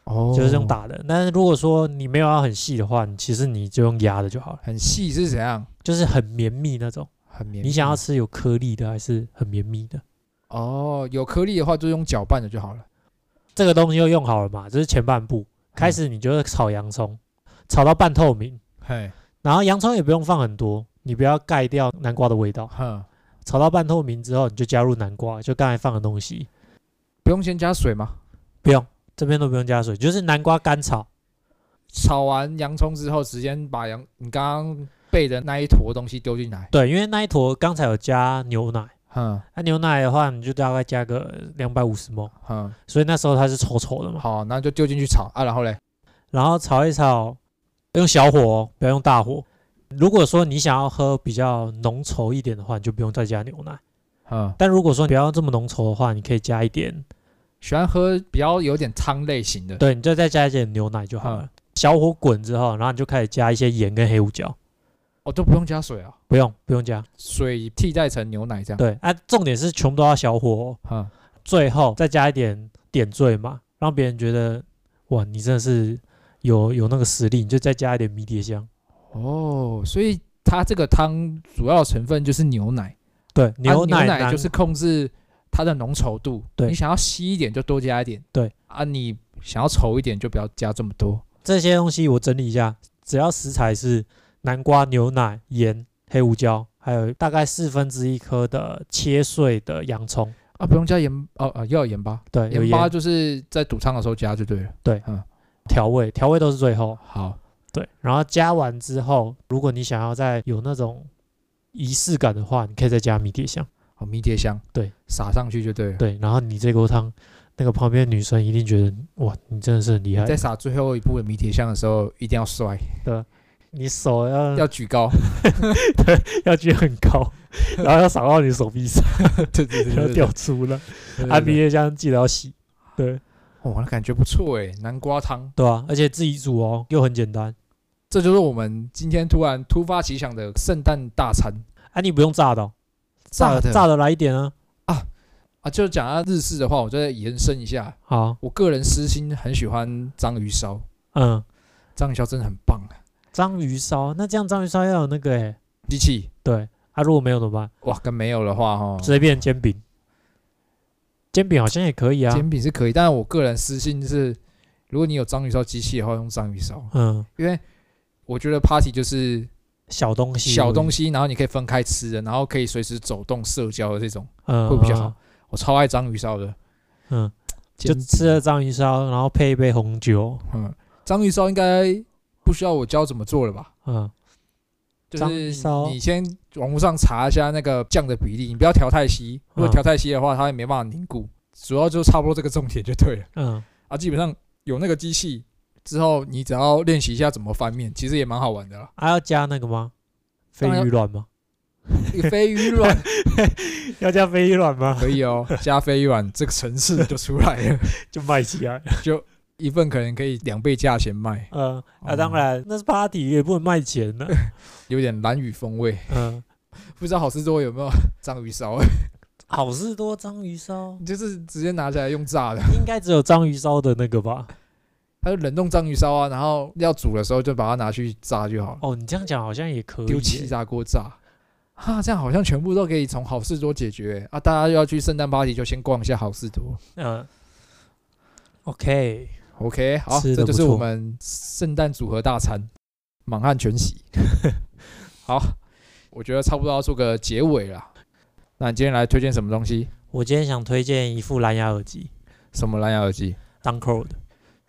Speaker 2: 哦
Speaker 1: 就是用打的。但是如果说你没有要很细的话，你其实你就用压的就好了，
Speaker 2: 很细是怎样？
Speaker 1: 就是很绵密那种。
Speaker 2: 很绵密。
Speaker 1: 你想要吃有颗粒的还是很绵密的？
Speaker 2: 哦，有颗粒的话就用搅拌的就好了。
Speaker 1: 这个东西又用好了嘛，这是前半部。
Speaker 2: 嗯
Speaker 1: 开始你就是炒洋葱，炒到半透明，
Speaker 2: 嘿，
Speaker 1: 然后洋葱也不用放很多，你不要盖掉南瓜的味道。
Speaker 2: 哼，
Speaker 1: 炒到半透明之后，你就加入南瓜，就刚才放的东西。
Speaker 2: 不用先加水吗？
Speaker 1: 不用，这边都不用加水，就是南瓜干炒。
Speaker 2: 炒完洋葱之后，直接把洋你刚刚备的那一坨东西丢进来。嗯
Speaker 1: 对，因为那一坨刚才有加牛奶，
Speaker 2: 哼
Speaker 1: 那、牛奶的话你就大概加个两百五十 ml，
Speaker 2: 哼，
Speaker 1: 所以那时候它是稠稠的嘛。
Speaker 2: 嗯好，那就丢进去炒啊，然后嘞，
Speaker 1: 然后炒一炒，用小火、哦，不要用大火。如果说你想要喝比较浓稠一点的话，你就不用再加牛奶。
Speaker 2: 嗯，
Speaker 1: 但如果说你不要这么浓稠的话，你可以加一点，
Speaker 2: 喜欢喝比较有点汤类型的。
Speaker 1: 对，你就再加一点牛奶就好了。小火滚之后，然后你就开始加一些盐跟黑胡椒，
Speaker 2: 哦，都不用加水啊，
Speaker 1: 不用不用加。
Speaker 2: 水替代成牛奶这样。，嗯
Speaker 1: 对，啊，重点是全部都要小火、哦。
Speaker 2: 哈，
Speaker 1: 最后再加一点点缀嘛，让别人觉得哇，你真的是有有那个实力，你就再加一点迷迭香，
Speaker 2: 哦，所以它这个汤主要成分就是牛奶，
Speaker 1: 对，牛
Speaker 2: 啊、
Speaker 1: 奶,、
Speaker 2: 牛奶就是控制它的浓稠度。
Speaker 1: 对
Speaker 2: 你想要稀一点就多加一点。
Speaker 1: 对
Speaker 2: 啊，你想要稠一点就不要加这么多。
Speaker 1: 这些东西，我整理一下，只要食材是南瓜、牛奶、盐、黑胡椒，还有大概四分之一颗的切碎的洋葱，
Speaker 2: 啊，不用加盐哦，啊，要有盐巴，
Speaker 1: 对，有
Speaker 2: 盐巴
Speaker 1: 盐
Speaker 2: 就是在煮汤的时候加就对了。
Speaker 1: 调味，调味都是最后，
Speaker 2: 好，
Speaker 1: 对，然后加完之后，如果你想要再有那种仪式感的话，你可以再加迷迭香。
Speaker 2: 好，迷迭香，
Speaker 1: 对，
Speaker 2: 撒上去就对了。
Speaker 1: 对，然后你这锅汤，那个旁边的女生一定觉得哇，你真的是很厉害，
Speaker 2: 在撒最后一步的迷迭香的时候，一定要摔，
Speaker 1: 你手要
Speaker 2: 要举高。
Speaker 1: 要举很高，然后要扫到你手臂上，
Speaker 2: 对对对
Speaker 1: 要
Speaker 2: 对对
Speaker 1: 掉出了。
Speaker 2: 对对
Speaker 1: 啊，迷
Speaker 2: 对
Speaker 1: 迭香记得要洗，对
Speaker 2: 哦，那感觉不错诶，南瓜汤，
Speaker 1: 对啊，而且自己煮哦，又很简单。
Speaker 2: 这就是我们今天突然突发奇想的圣诞大餐。
Speaker 1: 啊，你不用炸的、哦，炸
Speaker 2: 的
Speaker 1: 炸的来一点啊。
Speaker 2: 啊，就讲到日式的话，我再延伸一下，
Speaker 1: 好，
Speaker 2: 我个人私心很喜欢章鱼烧，
Speaker 1: 嗯，
Speaker 2: 章鱼烧真的很棒啊！
Speaker 1: 章鱼烧，那这样章鱼烧要有那个欸诶、
Speaker 2: 机器
Speaker 1: 对，啊，如果没有怎么办？
Speaker 2: 哇，跟没有的话哦，
Speaker 1: 随便煎饼，煎饼好像也可以啊。
Speaker 2: 煎饼是可以，但是我个人私心是，如果你有章鱼烧机器的话，用章鱼烧，
Speaker 1: 嗯，
Speaker 2: 因为我觉得 party 就是
Speaker 1: 小东西，
Speaker 2: 小东
Speaker 1: 嗯
Speaker 2: 西，然后你可以分开吃的，然后可以随时走动社交的这种，
Speaker 1: 嗯
Speaker 2: 会比较好。我超爱章鱼烧的，
Speaker 1: 嗯，就
Speaker 2: 煎饼
Speaker 1: 吃了章鱼烧，然后配一杯红酒。
Speaker 2: 嗯，章鱼烧应该不需要我教怎么做了吧？
Speaker 1: 嗯，
Speaker 2: 就
Speaker 1: 章鱼
Speaker 2: 是
Speaker 1: 烧
Speaker 2: 你先网络上查一下那个酱的比例，你不要调太稀，如果
Speaker 1: 嗯
Speaker 2: 调太稀的话，它也没办法凝固。主要就差不多这个重点就对了
Speaker 1: 嗯，
Speaker 2: 啊。基本上有那个机器之后，你只要练习一下怎么翻面，其实也蛮好玩的啦。
Speaker 1: 还、啊要加那个吗？鲱
Speaker 2: 当然
Speaker 1: 鱼卵吗？
Speaker 2: 一个飞 鱼卵
Speaker 1: 要加鲱鱼卵吗？
Speaker 2: 可以哦，加飞鱼卵这个层次就出来了，
Speaker 1: 就卖起来。
Speaker 2: 一份可能可以两倍价钱 卖，
Speaker 1: 嗯，啊，
Speaker 2: 哦
Speaker 1: 当然那是 party 也不能卖钱 的、
Speaker 2: 有点蓝雨风味。
Speaker 1: 嗯，
Speaker 2: 不知道好事多有没有章鱼烧，
Speaker 1: 好事多章鱼烧
Speaker 2: 就是直接拿起来用炸的，
Speaker 1: 应该只有章鱼烧的那个吧？
Speaker 2: 它就冷冻章鱼烧啊，然后要煮的时候就把它拿去炸就好了。
Speaker 1: 哦，你这样讲好像也可以耶。
Speaker 2: 丢气炸锅炸。啊，这样好像全部都可以从好事多解决、啊！大家要去圣诞 party 就先逛一下好事多。
Speaker 1: 嗯，OK，
Speaker 2: OK，好，
Speaker 1: 吃得
Speaker 2: 这就是
Speaker 1: 不错
Speaker 2: 我们圣诞组合大餐，满汉全席。 好，我觉得差不多要做个结尾啦。那你今天来推荐什么东西？
Speaker 1: 我今天想推荐一副蓝牙耳机
Speaker 2: 什么蓝牙耳机
Speaker 1: d u n c o d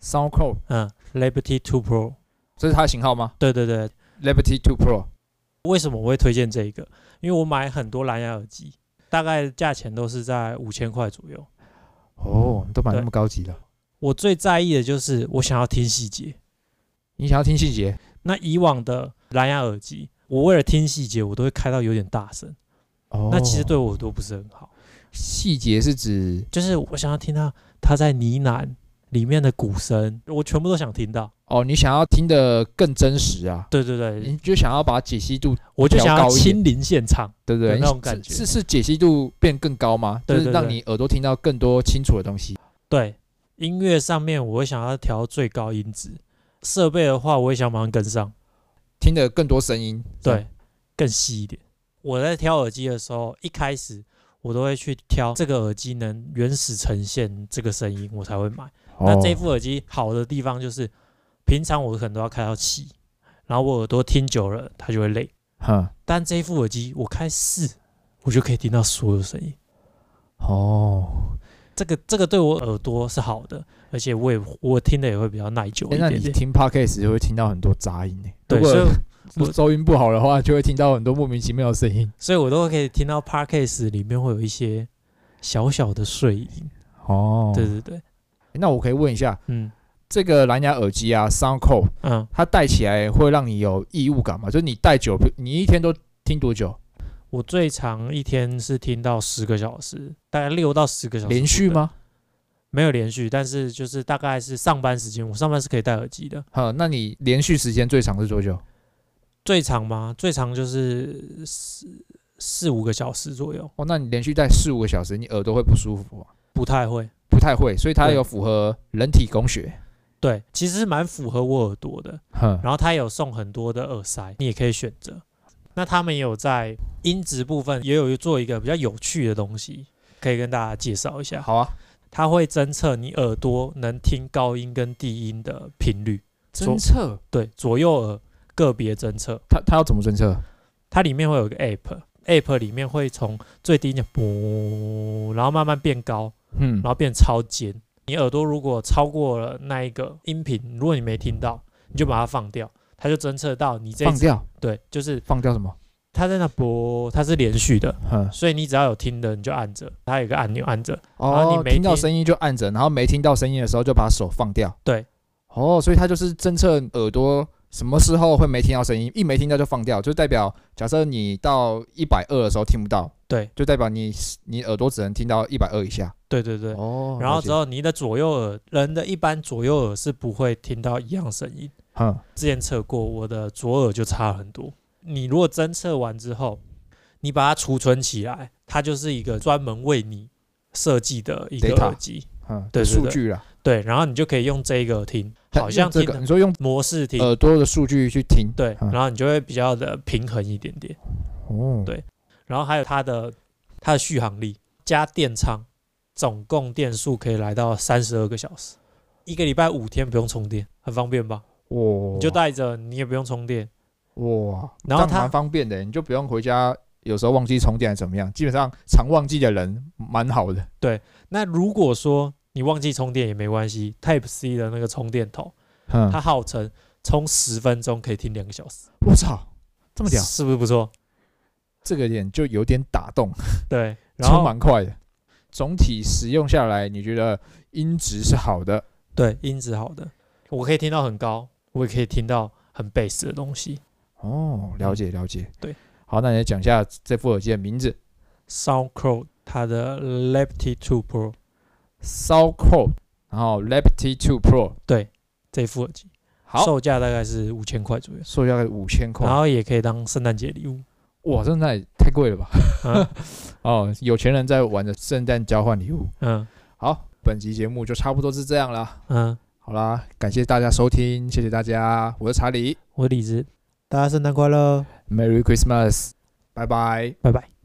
Speaker 2: ？SoundCloud，
Speaker 1: 嗯，Liberty Two Pro。
Speaker 2: 这是它的型号吗
Speaker 1: 对对对，
Speaker 2: ？Liberty Two Pro。
Speaker 1: 为什么我会推荐这个？因为我买很多蓝牙耳机，大概价钱都是在五千块左右。
Speaker 2: 哦，你都买
Speaker 1: 对
Speaker 2: 那么高级了。
Speaker 1: 我最在意的就是我想要听细节。
Speaker 2: 你想要听细节？
Speaker 1: 那以往的蓝牙耳机，我为了听细节，我都会开到有点大声，
Speaker 2: 哦
Speaker 1: 那其实对我耳朵不是很好。
Speaker 2: 细节是指
Speaker 1: 就是我想要听到他在呢喃里面的鼓声，我全部都想听到。
Speaker 2: 哦，你想要听得更真实啊。
Speaker 1: 对对对，
Speaker 2: 你就想要把解析度，
Speaker 1: 我就想
Speaker 2: 调
Speaker 1: 要
Speaker 2: 高一点
Speaker 1: 亲临现场。
Speaker 2: 对不对？
Speaker 1: 对那
Speaker 2: 你
Speaker 1: 种感觉
Speaker 2: 是是是解析度变更高吗？
Speaker 1: 对
Speaker 2: 就是
Speaker 1: 对
Speaker 2: 让
Speaker 1: 对
Speaker 2: 你耳朵听到更多清楚的东西。
Speaker 1: 对，音乐上面我会想要调最高音质，设备的话我也想马上跟上，
Speaker 2: 听得更多声音，
Speaker 1: 对，更细一点。我在挑耳机的时候，一开始我都会去挑这个耳机能原始呈现这个声音，我才会买。
Speaker 2: 哦
Speaker 1: 那这副耳机好的地方就是，平常我可能都要开到七，然后我耳朵听久了它就会累。
Speaker 2: 哼，
Speaker 1: 但这一副耳机我开四，我就可以听到所有声音。
Speaker 2: 哦，
Speaker 1: 这个这个对我耳朵是好的，而且我也我听的也会比较耐久一
Speaker 2: 诶哎那
Speaker 1: 点
Speaker 2: 你
Speaker 1: 点。
Speaker 2: 听 podcast 就会听到很多杂音诶。
Speaker 1: 对，
Speaker 2: 如
Speaker 1: 所以
Speaker 2: 果
Speaker 1: 我
Speaker 2: 收音不好的话，就会听到很多莫名其妙的声音。
Speaker 1: 所以我都可以听到 podcast 里面会有一些小小的碎音。
Speaker 2: 哦
Speaker 1: 对，对对，
Speaker 2: 诶那我可以问一下，
Speaker 1: 嗯
Speaker 2: 这个蓝牙耳机啊，SoundCloud，
Speaker 1: 嗯，
Speaker 2: 它戴起来会让你有异物感吗？就是你戴久，你一天都听多久？
Speaker 1: 我最长一天是听到十个小时，大概六到十个小时。
Speaker 2: 连续？吗？
Speaker 1: 没有连续，但是就是大概是上班时间，我上班是可以戴耳机的。
Speaker 2: 哈，那你连续时间最长是多久？
Speaker 1: 最长吗？最长就是四四五个小时左右，
Speaker 2: 哦，那你连续戴四五个小时，你耳朵会不舒服吗？
Speaker 1: 不太会。
Speaker 2: 不太会，所以它
Speaker 1: 对
Speaker 2: 有符合人体工学。
Speaker 1: 对，其实蛮符合我耳朵的。
Speaker 2: 哼，
Speaker 1: 然后它有送很多的耳塞，你也可以选择。那他们也有在音质部分也有做一个比较有趣的东西，可以跟大家介绍一下。
Speaker 2: 好啊，
Speaker 1: 它会侦测你耳朵能听高音跟低音的频率，
Speaker 2: 侦测
Speaker 1: 对，左右耳个别侦测。
Speaker 2: 它它要怎么侦测？
Speaker 1: 它里面会有一个 app，app 里面会从最低音啵，然后慢慢变高，
Speaker 2: 嗯
Speaker 1: 然，后变超尖。你耳朵如果超过了那一个音频，如果你没听到，你就把它放掉，它就侦测到你这一
Speaker 2: 放
Speaker 1: 次
Speaker 2: 掉
Speaker 1: 对，就是
Speaker 2: 放掉什么？
Speaker 1: 它在那播，它是连续的，
Speaker 2: 哼，
Speaker 1: 所以你只要有听的，你就按着，它有一个按钮按着，然后
Speaker 2: 哦
Speaker 1: 你，没
Speaker 2: 听到
Speaker 1: 听
Speaker 2: 声音就按着，然后没听到声音的时候就把手放掉。
Speaker 1: 对，
Speaker 2: 哦，所以它就是侦测耳朵什么时候会没听到声音，一没听到就放掉，就代表假设你到一百二的时候听不到，
Speaker 1: 对，
Speaker 2: 就代表你你耳朵只能听到一百二以下。
Speaker 1: 对对对。
Speaker 2: 哦，
Speaker 1: 然后
Speaker 2: 了解
Speaker 1: 之，后，你的左右耳，人的一般左右耳是不会听到一样声音。
Speaker 2: 哼，
Speaker 1: 之前测过，我的左耳就差很多。你如果侦测完之后，你把它储存起来，它就是一个专门为你设计的一个
Speaker 2: Data
Speaker 1: 耳机。
Speaker 2: 哼，
Speaker 1: 对对
Speaker 2: 数
Speaker 1: 对
Speaker 2: 据啦，
Speaker 1: 对，然后你就可以用这个听，好
Speaker 2: 用
Speaker 1: 像
Speaker 2: 这
Speaker 1: 听
Speaker 2: 个，
Speaker 1: 的
Speaker 2: 你说用
Speaker 1: 模式听，
Speaker 2: 耳朵的数据去听，
Speaker 1: 对，
Speaker 2: 嗯
Speaker 1: 然后你就会比较的平衡一点点。
Speaker 2: 哦，
Speaker 1: 对然后还有它的它的续航力加电仓，总共电数可以来到三十二个小时，一个礼拜五天不用充电，很方便吧？
Speaker 2: 哇，
Speaker 1: 你就带着，你也不用充电。
Speaker 2: 哇，
Speaker 1: 然后
Speaker 2: 这样
Speaker 1: 它
Speaker 2: 蛮方便的，你就不用回家，有时候忘记充电还是怎么样，基本上常忘记的人蛮好的。
Speaker 1: 那如果说你忘记充电也没关系，Type C 的那个充电头，
Speaker 2: 嗯，
Speaker 1: 它号称充十分钟可以听两个小时，
Speaker 2: 我操，这
Speaker 1: 这
Speaker 2: 么屌，
Speaker 1: 是不是不错？
Speaker 2: 这个点就有点打动，
Speaker 1: 对，然
Speaker 2: 充
Speaker 1: 后
Speaker 2: 蛮快的。总体使用下来，你觉得音质是好的，
Speaker 1: 对音质好的，我可以听到很高，我也可以听到很 bass 的东西。
Speaker 2: 哦，了解了解。
Speaker 1: 嗯对，
Speaker 2: 好，那你来讲一下这副耳机的名字
Speaker 1: SoundCloud 它的 Liberty Two Pro
Speaker 2: s o u c o 然后 Liberty Two Pro。
Speaker 1: 这副耳机，
Speaker 2: 好，
Speaker 1: 售价大概是五千块左右，
Speaker 2: 售价五千块
Speaker 1: 然。后也可以当圣诞节礼物。
Speaker 2: 哇，真的太贵了吧？
Speaker 1: 嗯
Speaker 2: 哦，有钱人在玩的圣诞交换礼物。
Speaker 1: 嗯
Speaker 2: 好，本集节目就差不多是这样啦。
Speaker 1: 嗯，
Speaker 2: 好啦，感谢大家收听，谢谢大家，我是查理
Speaker 1: 我理智，大家圣诞快乐，
Speaker 2: ，Merry Christmas，拜拜。
Speaker 1: 拜拜。